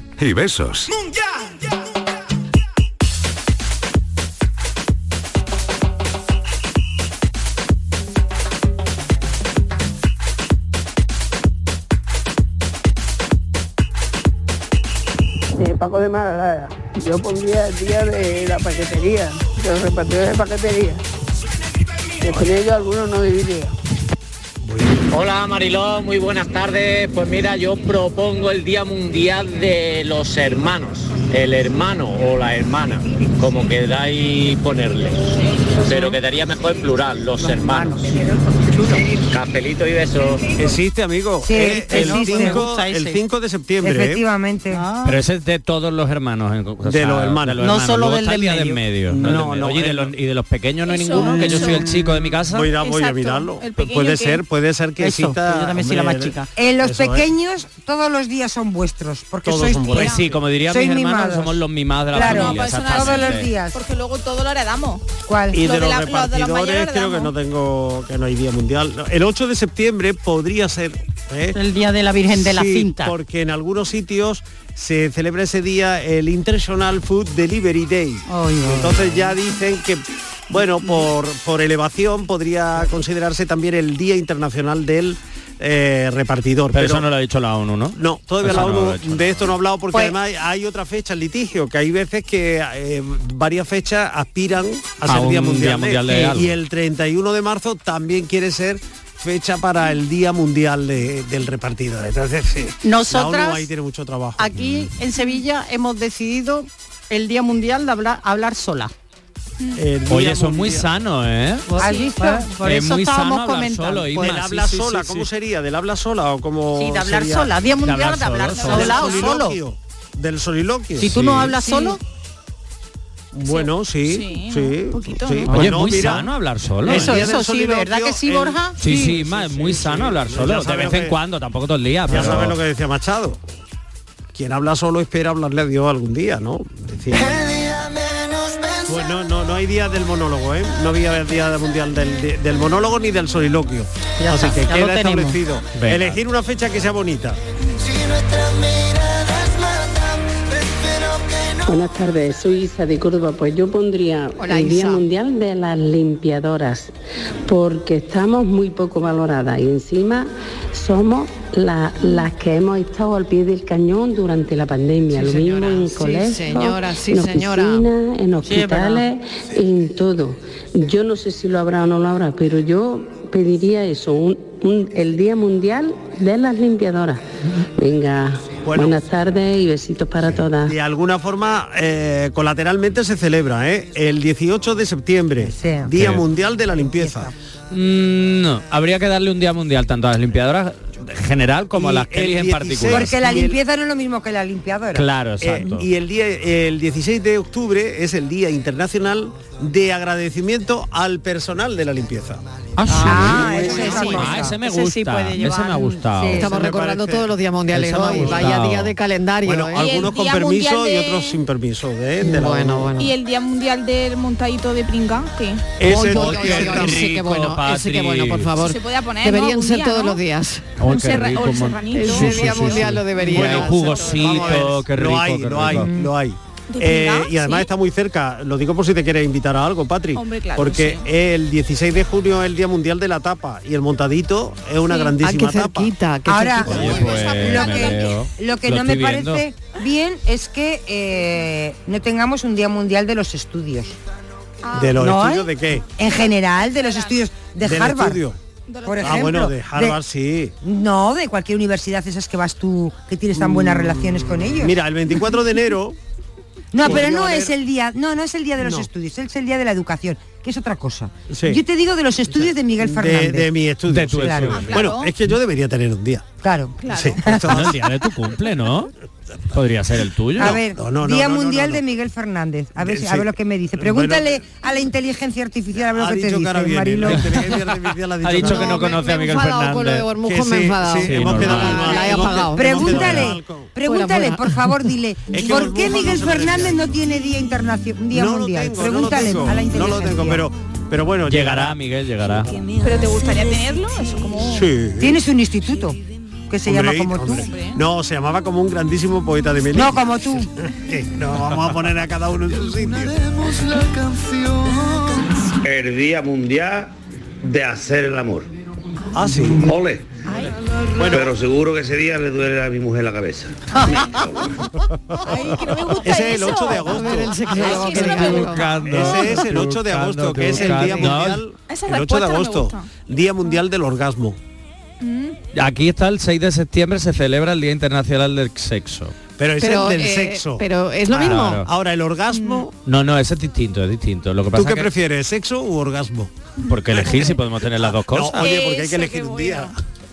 S3: y besos.
S24: Eh, Paco de Magalada. Yo pondría el día de la paquetería, de los repartidores de paquetería. Después de ello algunos no viviría.
S25: Hola Mariló, muy buenas tardes. Pues mira, yo propongo el Día Mundial de los Hermanos. El hermano o la hermana, como queráis ponerle. Pero quedaría mejor plural, los hermanos. Capelito y beso.
S8: Existe, amigo.
S11: Sí,
S8: Eh, el,
S11: existe. Me
S8: 5,
S11: gusta ese.
S8: de septiembre. ¿eh?
S11: Efectivamente.
S7: Pero ese es de todos los hermanos. en- o
S8: De los hermanos.
S7: de los
S8: No solo
S7: Luego
S8: del
S7: está
S8: del
S7: el día del medio.
S8: medio.
S7: No,
S8: No,
S7: del medio.
S8: no,
S7: Oye, ¿y de
S8: el-
S7: los, y de los pequeños no hay
S8: Eso,
S7: ninguno, que yo
S8: eso.
S7: soy el chico de mi casa.
S8: Voy a, ir a- voy a mirarlo. Puede ser, puede ser que
S7: Eso,
S8: exista.
S7: yo también soy la
S8: hombre,
S7: más chica.
S11: Eh, los
S8: eso es.
S11: pequeños todos los días son vuestros, porque
S7: Todos
S11: sois
S7: son buenos. Pues sí, como dirían mis
S11: sois
S7: hermanos,
S11: mimados.
S7: somos los mimados de la
S11: Claro,
S7: familia.
S11: pues son
S7: exactamente.
S11: todos los días.
S10: ¿eh? Porque luego todo lo heredamos.
S11: ¿Cuál?
S8: Y de los
S10: la- los de los
S8: repartidores
S10: mayores
S8: creo que no tengo que no hay día mundial. No, El 8 de septiembre podría ser ¿eh?
S9: El día de la Virgen de la
S8: Sí,
S9: Cinta.
S8: Porque en algunos sitios se celebra ese día el International Food Delivery Day. Entonces ya dicen que, bueno, por, por elevación podría considerarse también el Día Internacional del eh, Repartidor.
S7: Pero, eso no lo ha dicho la ONU, ¿no?
S8: No, todavía
S7: Eso
S8: la
S7: no lo
S8: ONU
S7: ha dicho.
S8: de esto no ha hablado porque
S7: Pues-
S8: además hay otra fecha en litigio, que hay veces que eh, varias fechas aspiran a,
S7: A
S8: ser Día
S7: un
S8: Mundial,
S7: Día Mundial de
S8: Eh,
S7: algo.
S8: Y el 31 de marzo también quiere ser fecha para el Día Mundial de- del Repartidor. Entonces, sí,
S9: Nosotras-
S8: la ONU ahí tiene mucho trabajo.
S9: Aquí en Sevilla hemos decidido el Día Mundial de hablar, hablar sola.
S8: El
S7: Oye,
S8: Día
S7: eso es muy
S8: Mundial.
S7: sano, ¿eh?
S9: ¿Has visto? Por
S7: es
S9: eso
S7: muy
S9: estábamos
S7: sano hablar
S9: comentando.
S7: solo, Inma,
S8: ¿Del habla
S7: sí, sí,
S8: sola?
S7: sí,
S8: ¿Cómo
S7: sí.
S8: sería? ¿Del habla sola o cómo
S9: Sí, de hablar
S8: sería?
S9: sola, Día Mundial de hablar sola o
S8: Del
S9: solo.
S8: soliloquio, Del soliloquio.
S9: Si tú no hablas solo,
S8: Bueno, sí, sí, sí.
S7: Oye,
S8: Pues
S7: es
S8: no,
S7: muy
S8: mira,
S7: sano hablar solo.
S9: Eso,
S7: ¿eh?
S9: eso sí, ¿verdad que sí, Borja?
S7: Sí, sí, Inma, es muy sano hablar solo. De
S8: sabes
S7: vez
S8: lo
S7: en
S8: que-
S7: cuando, tampoco todo el día.
S8: Ya
S7: pero-
S8: sabes lo que decía Machado. Quien habla solo espera hablarle a Dios algún día, ¿no? Decía. Pues no, no, no hay día del monólogo, ¿eh? No había día mundial del, de- del monólogo ni del soliloquio.
S9: Ya
S8: Así
S9: está,
S8: que
S9: ya lo
S8: queda
S9: tenemos.
S8: establecido.
S9: Venga.
S8: Elegir una fecha que sea bonita.
S14: Buenas tardes, soy Isa de Córdoba. Pues yo pondría
S6: Hola,
S14: el Día
S6: Isa.
S14: Mundial de las Limpiadoras, porque estamos muy poco valoradas y encima somos la- las que hemos estado al pie del cañón durante la pandemia,
S6: Sí,
S14: lo mismo
S6: señora.
S14: en
S6: Sí,
S14: colegios,
S6: señora, sí,
S14: en
S6: señora.
S14: oficinas, en
S6: Sí, es verdad.
S14: hospitales, en todo. Yo no sé si lo habrá o no lo habrá, pero yo pediría eso, un- un- el Día Mundial de las Limpiadoras. Venga, buenas tardes y besitos para todas.
S8: De alguna forma, eh, colateralmente se celebra, ¿eh? El 18 de septiembre, Día
S7: Sí.
S8: Mundial de la Limpieza.
S7: Mm, no, habría que darle un día mundial tanto a las limpiadoras en general como a las Kellys en particular.
S11: Porque la
S7: Y el-
S11: limpieza no es lo mismo que la limpiadora.
S7: Claro, exacto.
S8: Eh, y el día el 16 de octubre es el Día Internacional de Agradecimiento al Personal de la Limpieza.
S7: Ah,
S8: ese
S6: sí.
S7: Ah, ese me
S6: Ese
S7: gusta.
S6: sí puede llevar.
S7: ese me ha
S8: Ah,
S7: gustado.
S6: Estamos recordando todos los días mundiales
S7: Ese me ha
S6: hoy.
S7: gustado.
S6: Vaya día de calendario.
S8: Bueno,
S6: ¿eh?
S8: algunos con
S10: Día
S8: permiso
S10: Mundial
S8: y
S10: de-
S8: otros sin permiso. ¿eh? De la
S6: Bueno,
S8: ONU.
S10: Y el Día Mundial del Montadito de Pringa, ¿qué?
S8: Ese
S6: Oy,
S8: no-
S6: oy, oy, oy,
S8: qué
S6: ese que
S8: rico,
S6: bueno, ese que bueno, por
S8: Patri.
S6: favor.
S10: Se podía poner, ¿no?
S6: Deberían
S10: Algún
S6: ser
S10: día,
S6: todos
S10: ¿no?
S6: los días.
S7: Oh, qué rico, mon- Sí,
S6: El
S7: sí,
S6: día
S7: sí,
S6: mundial
S7: sí.
S6: lo debería.
S7: Bueno, jugosito, qué rico.
S8: Lo hay,
S7: qué
S8: lo hay,
S7: rico.
S8: lo hay.
S7: ¿De
S8: Eh,
S7: verdad?
S8: y además
S7: Sí.
S8: está muy cerca, lo digo por si te quieres invitar a algo, Patrick,
S7: Hombre, claro,
S8: porque el 16 de junio es el Día Mundial de la Tapa y el montadito es una
S6: Sí.
S8: grandísima
S6: Ah, qué
S8: tapa. eh,
S6: cerquita, qué
S11: Ahora,
S6: cerquita.
S11: Oye,
S7: pues,
S11: lo
S7: me
S11: que,
S7: veo.
S11: lo que
S7: Lo
S11: no me
S7: estoy viendo.
S11: parece bien es que eh, no tengamos un Día Mundial de los Estudios.
S8: ¿De los
S11: ¿No
S8: estudios de
S11: hay?
S8: qué?
S11: En general, de los estudios de
S8: Del
S11: Harvard.
S8: estudio.
S11: Por ejemplo,
S8: ah, bueno, de Harvard sí.
S11: No, de cualquier universidad esas que vas tú, que tienes tan
S7: Mm,
S11: buenas relaciones con ellos.
S8: Mira, el 24 de enero
S11: No,
S8: Podría
S11: pero no
S8: haber-
S11: es el día, no, no es el día de los
S8: No.
S11: estudios, es el día de la educación, que es otra cosa.
S8: Sí.
S11: Yo te digo de los estudios de Miguel
S8: de,
S11: Fernández.
S8: de mi estudio.
S7: De
S8: sí.
S7: tu estudio.
S11: Ah, claro.
S8: Bueno, es que yo debería tener un día.
S11: Claro.
S8: Sí.
S7: No, el día de tu cumple, ¿no? Podría ser el tuyo.
S11: a ver, Día Mundial de Miguel Fernández. A ver,
S7: Eh,
S11: si- a
S7: sí.
S11: ver lo que me dice. Pregúntale a la inteligencia artificial a ver lo
S8: Ha
S11: que te
S8: dicho que ahora
S11: dice,
S8: viene.
S11: Marilo.
S8: La inteligencia artificial
S7: Ha dicho que no conoce a Miguel Fernández.
S6: con lo de Bormujón, me he enfadado.
S7: sí,
S6: Hemos
S7: normal.
S6: quedado mal, la he apagado.
S11: Pregúntale, pregúntale,
S6: Fuera, fuera.
S11: por favor, dile,
S6: Es que
S11: ¿por
S6: los
S11: qué
S6: brujos
S11: Miguel
S6: no se
S11: Fernández no tiene día internacional, día
S8: No lo
S11: mundial?
S8: tengo, no lo
S11: Pregúntale
S8: tengo,
S11: a la
S8: no
S11: inteligencia.
S8: lo tengo, pero, pero bueno,
S7: Llegará, Miguel, llegará.
S11: ¿Pero te gustaría tenerlo?
S8: Sí.
S11: Tienes un instituto que se
S8: Hombre,
S11: llama como
S8: hombre.
S11: tú.
S8: No, se llamaba como un grandísimo poeta de Melilla.
S11: No, como tú.
S8: no, vamos a poner a cada uno en su sitio.
S26: El Día Mundial de Hacer el Amor.
S8: Ah, sí.
S26: Ole. Pero seguro que ese día le duele a mi mujer la cabeza.
S8: Ese es el 8 de agosto. Ese es el 8 de agosto, que es el Día Mundial. El 8 de agosto. Día Mundial del Orgasmo.
S6: Mm.
S7: Aquí está el 6 de septiembre, se celebra el Día Internacional del Sexo.
S8: Pero ese
S6: Pero,
S8: es del
S6: eh,
S8: sexo.
S6: pero es lo Mm.
S7: mismo.
S8: Claro. Ahora, el orgasmo,
S7: No, no, ese es distinto, es distinto. Lo
S8: ¿tú
S7: que pasa
S8: qué
S7: es que
S8: prefieres, sexo u orgasmo?
S7: porque elegir si podemos tener las dos
S8: No,
S7: cosas.
S8: oye, porque hay Eh, que elegir un día.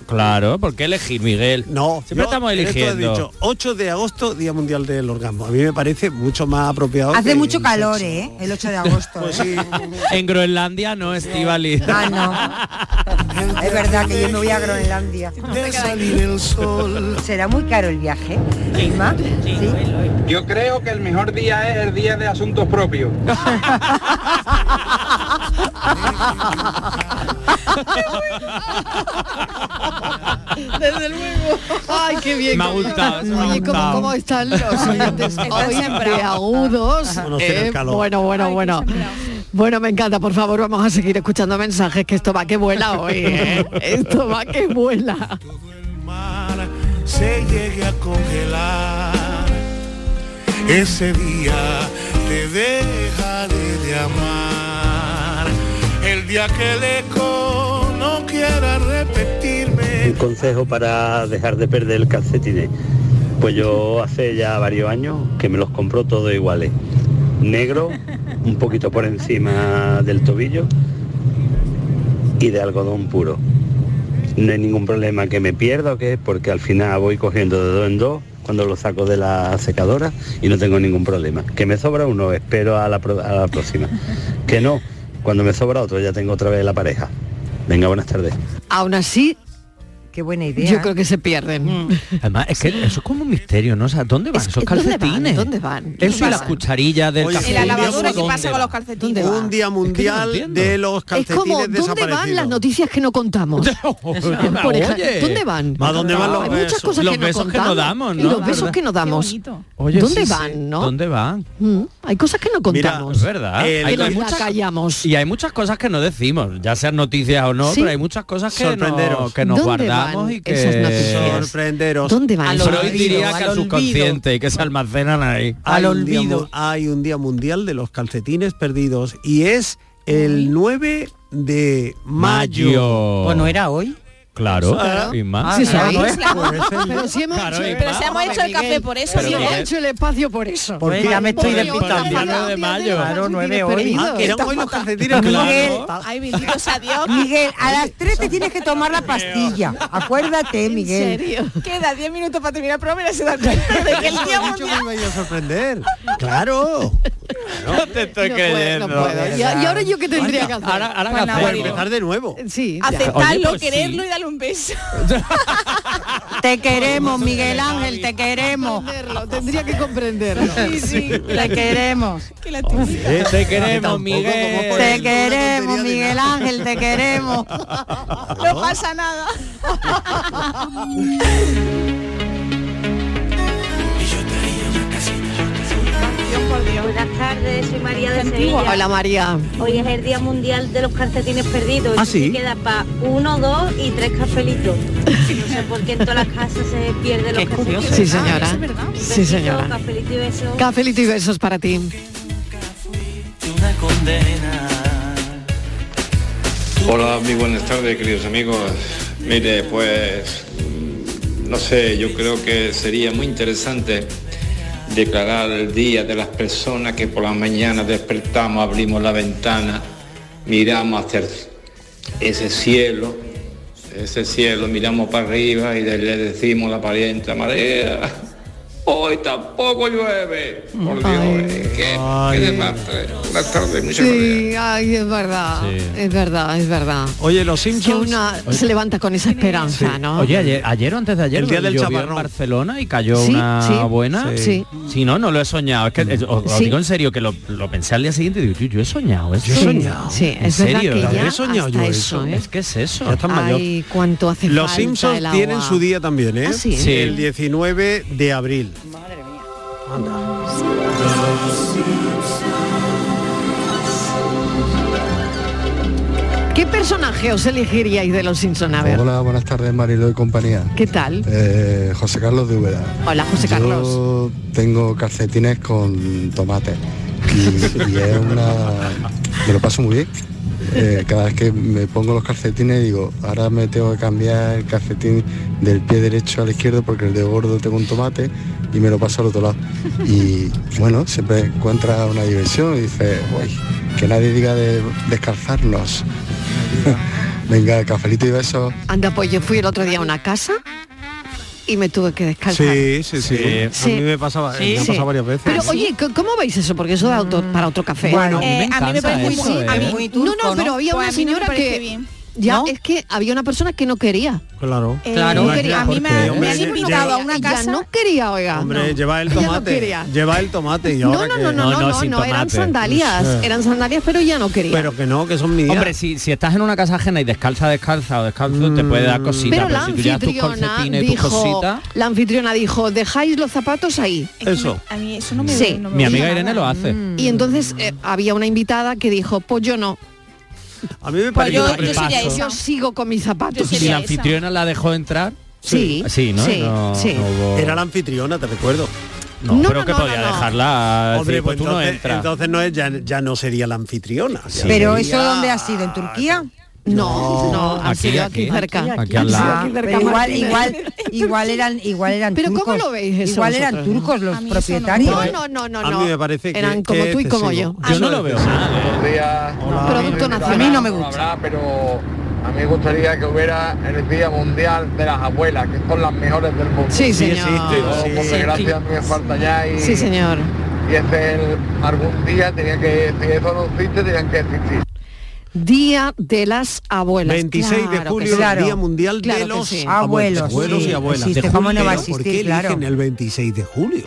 S7: Claro, ¿por qué elegir, Miguel?
S8: No,
S7: siempre
S8: yo
S7: estamos
S8: en esto he
S7: eligiendo.
S8: dicho, 8 de agosto, Día Mundial del Orgasmo. A mí me parece mucho más apropiado.
S11: Hace
S8: que
S11: mucho
S8: el
S11: calor,
S8: sexo.
S11: ¿eh? El 8 de agosto. ¿eh?
S7: En Groenlandia no, Estivali.
S11: Ah, no. Es verdad que yo me voy a Groenlandia. Será muy caro el viaje, Inma? ¿Sí?
S17: Yo creo que el mejor día es el día de asuntos propios.
S10: Desde luego.
S6: Ay, qué bien.
S7: Me ha gustado, eso me ha
S6: Oye, ¿cómo,
S7: gustado.
S6: cómo están los oyentes hoy de agudos?
S11: Ah,
S6: Eh,
S7: Conocer el calor.
S6: Bueno, bueno, bueno. Bueno, me encanta. Por favor, vamos a seguir escuchando mensajes que esto va que vuela hoy. ¿eh? Esto va que vuela.
S15: se llegue a congelar. Ese día te dejaré de amar. El día que el eco no quiera repetirme.
S16: Un consejo para dejar de perder el calcetines. Pues yo hace ya varios años que me los compro todos iguales. Negro, un poquito por encima del tobillo y de algodón puro. No hay ningún problema que me pierda o que porque al final voy cogiendo de dos en dos cuando lo saco de la secadora y no tengo ningún problema. Que me sobra uno, espero a la, pro- a la próxima. Que no, cuando me sobra otro ya tengo otra vez la pareja. Venga, buenas tardes.
S6: Aún así,
S11: qué buena idea. Mm.
S6: yo creo que se pierden.
S7: Además, es que eso es como un misterio, ¿no? O sea, ¿dónde van esos
S6: ¿Dónde van?
S11: eh?
S7: calcetines?
S6: ¿Dónde van?
S7: Eso y las
S6: pasa?
S7: cucharillas del
S8: Oye,
S7: café.
S8: ¿y la lavadora
S7: ¿Dónde
S8: qué pasa con
S7: va?
S8: los Un día mundial de los
S6: Es
S8: calcetines
S6: como, ¿dónde van las
S8: desaparecidos.
S6: noticias que no contamos? Por ejemplo,
S8: Oye.
S6: ¿dónde van?
S8: ¿A dónde van los
S6: Hay
S8: besos?
S6: muchas cosas
S8: Los
S6: que no
S8: besos que no
S6: contamos.
S8: damos,
S6: Y
S8: ¿no?
S6: los besos
S8: ¿Verdad?
S6: que no damos.
S7: Oye,
S6: ¿Dónde
S7: sí,
S6: van,
S7: sí.
S6: no?
S7: ¿Dónde van?
S6: Mm, Hay cosas que no contamos.
S7: es verdad.
S6: Que
S7: El- hay
S6: nos
S7: muchas-
S6: la callamos.
S7: Y hay muchas cosas que no decimos, ya sean noticias o no,
S6: Sí.
S7: pero hay muchas cosas que, no,
S8: Sorprenderos.
S7: que nos
S8: ¿Dónde
S7: guardamos
S8: van
S7: y que...
S8: esas noticias? Sorprenderos. ¿Dónde van? Al
S7: Pero hoy
S8: olvido,
S7: diría que
S8: al
S7: al
S8: olvido.
S7: subconsciente y que se almacenan ahí.
S8: Hay un día mu- hay un día mundial de los calcetines perdidos y es el 9 de mayo.
S7: Mayo. Pues no
S8: era hoy.
S7: Claro,
S8: Claro.
S7: y más.
S8: Sí,
S7: Claro,
S8: sabéis.
S7: ¿eh?
S6: Pero si hemos
S7: Claro,
S6: hecho,
S7: y
S6: el-
S10: Pero si hemos hecho el café por eso,
S6: si
S7: Pero
S6: hemos
S7: Miguel-
S6: hecho el espacio por eso.
S7: Porque
S6: Venga,
S7: ya me estoy
S6: por-
S7: despistando.
S6: por-
S7: Claro, de mayo. Claro, nueve hoy.
S6: perdido.
S7: Ah, que eran
S6: Está
S7: hoy los
S6: fatal.
S7: calcetines, claro.
S11: Miguel,
S10: Ay, bendito sea Dios.
S11: Miguel, a las 3 te tienes que tomar la pastilla. Acuérdate, Miguel.
S10: Queda 10 minutos para terminar el programa y ya se da cuenta de que el día mundial...
S8: Me iba a sorprender. Claro.
S7: No te estoy
S8: No puedo,
S7: creyendo.
S8: no puedo.
S6: Y, y ahora yo qué tendría que hacer.
S7: Ahora, ahora que
S8: Pues empezar de nuevo.
S6: Sí.
S10: Aceptarlo,
S7: Oye, pues sí.
S10: quererlo y darle un beso.
S9: Te queremos, Miguel Ángel, te queremos.
S6: Tendría que comprender.
S9: Sí, sí, te queremos.
S8: Eh,
S7: Te queremos, Miguel.
S9: Te queremos, Miguel Ángel, te queremos.
S10: No pasa nada.
S18: Buenas tardes, soy María de
S6: Antigua.
S18: Sevilla.
S6: Hola, María.
S18: Hoy es el Día Mundial de los Calcetines Perdidos.
S6: Ah,
S18: Y
S6: ¿sí?
S18: Queda para uno, dos y tres cafelitos. No sé por qué en todas las casas se pierden los calcetines.
S6: Sí, señora. Sí, señora.
S18: Cafelito y besos.
S6: Cafelito y besos para ti.
S19: Hola, muy buenas tardes, queridos amigos. Mire, pues, mm, no sé, yo creo que sería muy interesante declarar el día de las personas que por la mañana despertamos, abrimos la ventana, miramos hacia el- ese cielo, ese cielo, miramos para arriba y le le decimos a la parienta, Marea, hoy tampoco llueve. Por Dios, eh, qué, qué desastre. Buenas tardes, muchas gracias.
S6: Sí, ay, es verdad. Es verdad, es verdad.
S8: Oye, los
S6: Que
S8: Simpsons.
S6: una se levanta con esa esperanza, Ah, ¿no?
S7: Oye, ayer, ayer o antes de ayer
S8: El día del
S7: llovió en
S8: chaparrón.
S7: Barcelona y cayó
S6: Sí,
S7: una
S6: sí,
S7: buena.
S6: sí.
S7: Sí, no, no lo he soñado. Es que
S8: Mm.
S7: eh, os, os
S6: Sí.
S7: digo en serio que lo, lo pensé al día siguiente y digo, yo, yo he soñado eso.
S6: Yo he Sí, soñado. sí,
S7: En
S6: es verdad
S7: serio,
S6: que
S7: ¿lo habré
S6: ya
S7: soñado
S6: hasta
S7: yo
S6: eso, ¿eh?
S7: Es que es eso.
S6: Ay, cuánto hace
S8: Los
S6: falta
S8: Simpsons
S6: el agua.
S8: tienen su día también, ¿eh?
S6: Ah, sí.
S7: Sí.
S8: El 19 de abril.
S6: ¿Qué personaje os elegiríais de los Simpsons? A ver,
S20: Hola, buenas tardes Marilo y compañía.
S6: ¿qué tal?
S20: Eh, José Carlos de Úbeda.
S6: Hola, José Carlos.
S20: Yo tengo calcetines con tomate y, y es una... Me lo paso muy bien. Eh, cada vez que me pongo los calcetines digo, ahora me tengo que cambiar el calcetín del pie derecho al izquierdo porque el de gordo tengo un tomate y me lo paso al otro lado. Y bueno, siempre encuentra una diversión y dice, uy, que nadie diga de descalzarnos. Venga, cafelito y besos.
S6: Anda, pues yo fui el otro día a una casa y me tuve que descalzar.
S8: Sí, sí, sí.
S6: Sí.
S8: A mí me pasaba,
S6: Sí.
S8: me ha pasado varias veces.
S6: Pero oye, ¿c- ¿cómo veis eso? Porque eso da auto- para otro café.
S8: Bueno, a mí me Eh, a mí me encanta parece muy- eso, sí, ¿eh? a mí-
S6: no, no, pero había una
S10: Pues a mí no me
S6: señora
S10: parece
S6: que
S10: bien.
S6: ya es que había una persona que no quería.
S8: Claro.
S6: Eh, Claro.
S8: Imagina,
S6: quería- a mí me
S8: porque,
S6: han- me
S8: hombre,
S6: han
S8: lle-
S6: invitado
S8: lle-
S6: a una Ella casa- no quería, oiga.
S8: Hombre, lleva el
S6: Ella no
S8: tomate.
S6: quería.
S8: lleva el tomate y ahora
S6: No,
S8: que-
S6: no, no, no, no, no, eran sandalias,
S7: Eh.
S8: Sí.
S6: eran sandalias, pero ya no quería.
S8: Pero que no, que son medidas.
S7: Hombre, si, si estás en una casa ajena y descalza, descalza o descalzo,
S8: Mm.
S7: te puede dar cositas.
S6: pero
S7: Pero,
S6: la
S7: si tú llevas tus
S6: anfitriona
S7: calcetines y tus
S6: dijo,
S7: cositas...
S6: la anfitriona dijo, dejáis los zapatos ahí.
S7: Eso.
S6: A mí eso no me sí.
S7: Mi amiga Irene lo hace.
S6: Y entonces eh, había una invitada que dijo, pues yo no.
S8: A mí me
S7: parece
S6: yo,
S7: un repaso.
S6: yo sigo con mis zapatos.
S7: Si la anfitriona la dejó entrar...
S6: Sí.
S7: Sí, ¿no?
S6: Sí,
S7: No-
S6: sí.
S7: no hubo-
S8: Era la anfitriona, te recuerdo.
S7: No, No, pero no, que no, podía no, no. dejarla,
S8: Hombre,
S7: decir,
S8: pues
S7: pues tú no
S8: entonces,
S7: entras.
S8: entonces no es, ya, ya no sería la anfitriona. ya
S11: Pero
S8: sería- Oh,
S11: eso dónde ha sido en Turquía?
S6: No, no, ha
S8: Aquí,
S6: sido
S8: aquí.
S6: aquí, cerca.
S8: Aquí, aquí, Aquí al lado.
S11: Ah, pero igual, igual, igual eran, igual eran
S6: Pero ¿cómo
S11: turcos.
S6: lo veis eso
S11: Igual eran
S6: vosotros?
S11: turcos los
S6: A mí eso no me
S11: propietarios.
S6: gusta. No, no, no, no,
S8: A
S6: no.
S8: mí me parece que
S6: Eran como
S8: que
S6: tú y como yo.
S8: excesivo.
S6: Yo no lo
S8: es
S6: veo
S8: excesivo.
S27: Buenos días.
S6: Producto nacional.
S27: A mí no me gusta. pero a mí me gustaría que hubiera el Día Mundial de las Abuelas, que son las mejores del mundo.
S6: Sí, Sí señor. existe,
S27: Yo,
S6: sí.
S27: por desgracia, a mí me falta ya y...
S6: Sí, señor.
S27: Y este es el- algún día tenía que, si eso no existe, tenían que existir.
S6: Día de las abuelas.
S8: 26 de
S6: Claro que
S8: julio,
S6: sí.
S8: el Día Mundial
S6: Claro
S8: de
S6: que
S8: los
S6: sí.
S8: abuelos. Abuelos
S11: sí,
S8: y abuelas.
S11: existe,
S8: ¿De
S11: ¿cómo no va a
S8: julio? ¿Por qué
S11: existir? Claro.
S8: eligen el 26 de julio?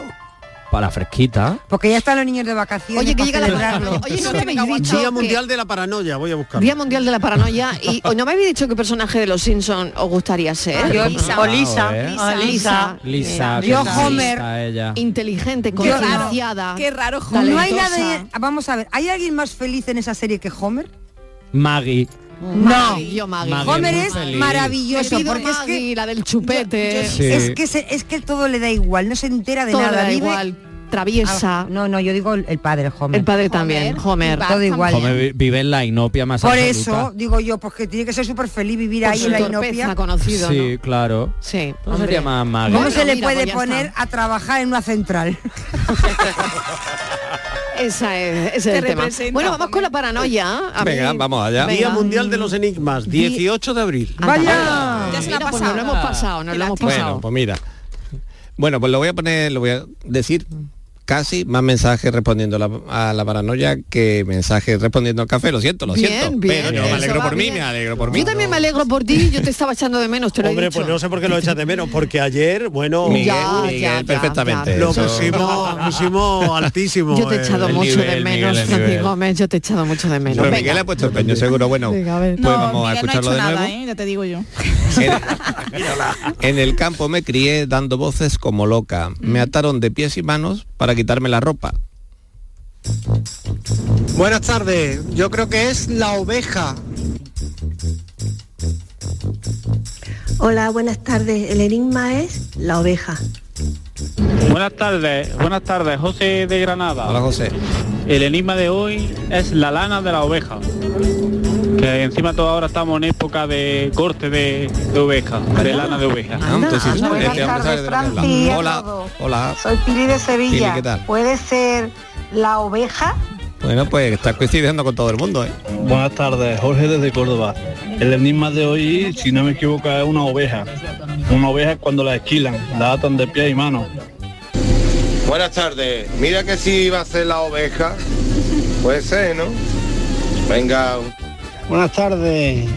S7: Para la fresquita.
S11: Porque ya están los niños de vacaciones.
S6: Oye, que
S11: para
S6: llega la
S11: celebrarlo.
S6: paranoia. Oye, no me habéis dicho
S8: Día
S6: que-
S8: Mundial de la Paranoia, voy a buscar.
S6: Día Mundial de la Paranoia y o no me habéis dicho qué personaje de los Simpson os gustaría ser.
S9: Yo, Lisa. O Lisa. Ah, Lisa.
S6: Mira,
S7: Lisa, que
S6: Lisa.
S7: está lista ella.
S6: Inteligente,
S11: Qué raro,
S6: concienciada.
S11: qué
S6: raro
S11: No hay nadie, vamos a ver, ¿hay alguien más feliz en esa serie que Homer?
S7: Maggie.
S11: No.
S6: Yo Maggie.
S7: Maggie
S11: Homer
S7: muy
S11: es
S7: feliz.
S11: maravilloso
S6: Bebido
S11: porque es que
S6: Maggie, la del chupete.
S11: Yo- yo-
S7: Sí.
S11: es que se- es que todo le da igual, no se entera de
S6: Todo
S11: nada,
S6: le da
S11: vive-
S6: igual, traviesa.
S11: Ah, no, no, yo digo el el padre Homer.
S6: El padre también, Homer.
S11: Todo igual.
S7: Come- vi- vive en la inopia más
S11: Por
S7: absoluta.
S11: eso digo yo, porque tiene que ser súper feliz vivir
S6: Por
S11: ahí
S6: su
S11: en la
S6: torpeza
S11: inopia.
S6: conocido,
S7: Sí, claro.
S6: Sí.
S7: No sería más Maggie.
S11: ¿Cómo se le
S6: mira,
S11: puede
S6: pues ya
S11: poner a trabajar en una central?
S6: Esa es, ese
S11: Te
S6: es el tema.
S11: representa,
S6: Bueno, vamos con la paranoia. A mí-
S8: Venga, vamos allá.
S6: Venga.
S8: Día Mundial de los Enigmas, 18 de abril.
S6: Vaya. Ya se la ha
S22: Mira, pues
S6: pasado.
S22: nos
S6: lo hemos pasado, nos lo hemos
S22: Bueno,
S6: pasado.
S22: pues mira. Bueno, pues lo voy a poner, lo voy a decir casi más mensajes respondiendo a la, a la paranoia que mensajes respondiendo al café. Lo siento, lo
S6: Bien,
S22: siento.
S6: bien,
S22: pero yo me
S6: eso
S22: alegro
S6: va
S22: por mí,
S6: bien.
S22: me alegro por mí.
S6: Yo también me alegro por ti, yo te estaba echando de menos, te lo he
S8: Hombre,
S6: dicho.
S8: pues no sé por qué lo echas de menos, porque ayer, bueno,
S22: Miguel, Ya, Miguel, ya, ya, perfectamente, ya.
S8: Lo
S22: eso-
S8: pusimos, lo pusimos altísimo.
S6: Yo te he
S8: eh.
S6: echado
S22: el
S6: mucho de
S22: nivel,
S6: menos,
S22: Miguel, el
S6: Francis
S22: nivel.
S6: Gómez, yo te he echado mucho de menos.
S22: Pero
S6: Venga.
S22: Miguel ha puesto empeño seguro. Bueno,
S6: Venga, a ver.
S22: pues vamos a
S10: no ha
S22: escucharlo
S10: hecho
S22: de nuevo.
S10: nada, ¿eh? ya te digo yo.
S22: En el campo me crié dando voces como loca. Me
S10: Mm.
S22: ataron de pies y manos para quitarme la ropa.
S28: Buenas tardes, yo creo que es la oveja.
S29: Hola, buenas tardes. El enigma es la oveja.
S26: Buenas tardes, buenas tardes, José de Granada. Hola
S22: José.
S26: El enigma de hoy es la lana de la oveja. Que encima toda ahora estamos en época de corte de, de oveja, de lana de oveja.
S11: Ah.
S22: Entonces,
S29: anda. Buenas
S22: este hombre sabe de lo que
S29: tardes,
S22: habla.
S29: Francis, a
S22: Hola,
S29: todos.
S22: hola.
S29: Soy Pili de Sevilla.
S22: Pili, ¿qué tal?
S29: ¿Puede ser la oveja?
S22: Bueno, pues estás coincidiendo con todo el mundo, ¿eh?
S17: Buenas tardes, Jorge desde Córdoba. El enigma de hoy, si no me equivoco, es una oveja. Una oveja cuando la esquilan, la atan de pie y mano.
S19: Buenas tardes. Mira que si va a ser la oveja. Puede ser, ¿no? Venga.
S17: Buenas tardes.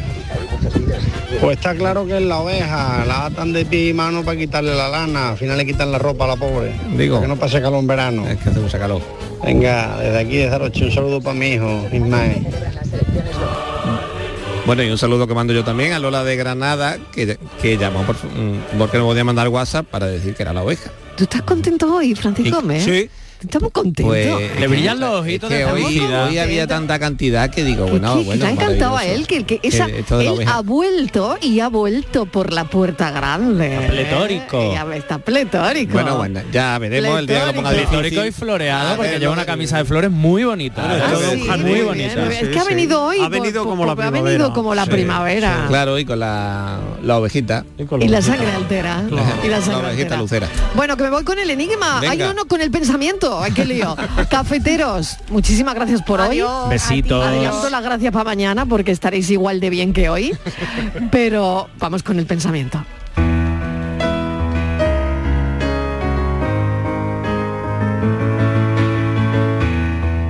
S17: Pues está claro que es la oveja, la atan de pie y mano para quitarle la lana, al final le quitan la ropa a la pobre.
S22: Digo.
S17: Que no pase calor en verano.
S22: Es que hace mucha calor.
S17: Venga, desde aquí, desde Aroche, un saludo para mi hijo, Ismael.
S22: Bueno, y un saludo que mando yo también a Lola de Granada, que, que llamó por, mm, porque no podía mandar WhatsApp para decir que era la oveja.
S6: ¿Tú estás contento hoy, Francis
S22: Y-
S6: Gómez?
S22: sí.
S6: Estamos contentos.
S22: Pues,
S7: Le brillan los ojitos
S22: es que
S7: de
S22: hoy,
S7: felicidad.
S22: hoy había tanta cantidad que digo, bueno,
S6: Que
S22: bueno.
S6: le ha encantado a
S22: maravilloso.
S6: él, que, el que
S22: Que
S6: esa,
S22: esto de la
S6: él
S22: oveja.
S6: ha vuelto y ha vuelto por la puerta grande.
S22: Está pletórico.
S6: Eh, ya está pletórico.
S22: Bueno, bueno, ya veremos el día que lo ponga difícil. Ah, eh,
S7: Pletórico y floreado, porque
S22: ver,
S7: lleva una camisa de flores muy bonita. ¿eh? muy bonita.
S6: Es que ha venido hoy.
S7: Ha venido como la
S6: ha venido
S7: primavera.
S6: como la
S7: Sí,
S6: primavera.
S22: Claro, y con la, la ovejita.
S6: Y la sangre altera. Y la sangre altera.
S22: ovejita lucera.
S6: Bueno, que me voy con el enigma.
S22: Venga.
S6: Hay uno con el pensamiento. Ay, qué lío. Cafeteros, muchísimas gracias por hoy.
S7: Besitos.
S6: Adelanto las gracias para mañana porque estaréis igual de bien que hoy. Pero vamos con el pensamiento.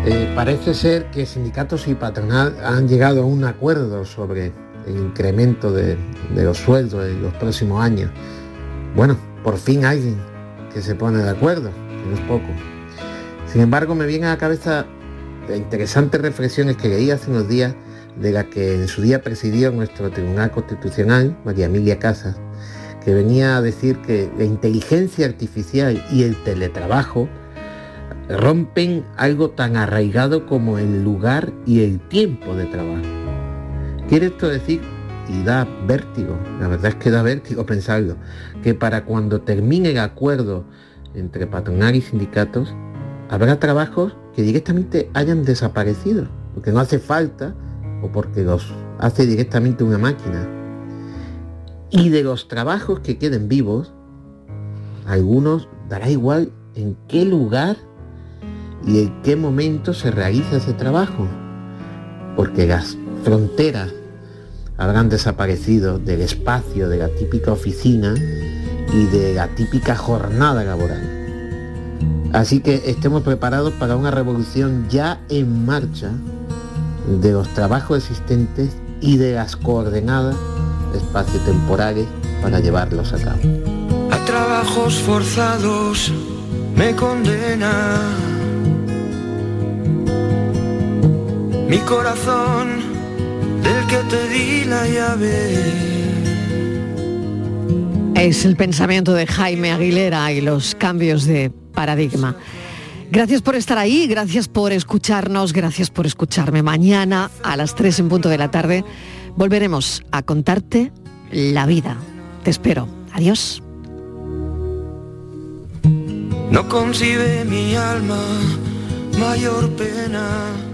S30: Eh, parece ser que sindicatos y patronal han llegado a un acuerdo sobre incremento de, de los sueldos en los próximos años. Bueno, por fin alguien que se pone de acuerdo, que no es poco. Sin embargo, me viene a la cabeza interesantes reflexiones que leí hace unos días de la que en su día presidió nuestro Tribunal Constitucional, María Emilia Casas, que venía a decir que la inteligencia artificial y el teletrabajo rompen algo tan arraigado como el lugar y el tiempo de trabajo. Quiere esto decir, y da vértigo, la verdad es que da vértigo pensarlo, que para cuando termine el acuerdo entre patronal y sindicatos, habrá trabajos que directamente hayan desaparecido, porque no hace falta o porque los hace directamente una máquina. Y de los trabajos que queden vivos, algunos dará igual en qué lugar y en qué momento se realiza ese trabajo, porque las fronteras habrán desaparecido del espacio de la típica oficina y de la típica jornada laboral. Así que estemos preparados para una revolución ya en marcha de los trabajos existentes y de las coordenadas espaciotemporales para llevarlos a cabo.
S5: A trabajos forzados me condena. Mi corazón, del que te di la llave.
S6: Es el pensamiento de Jaime Aguilera y los cambios de paradigma. Gracias por estar ahí, gracias por escucharnos, gracias por escucharme. Mañana a las 3 en punto de la tarde volveremos a contarte la vida. Te espero. Adiós.
S5: No concibe mi alma mayor pena.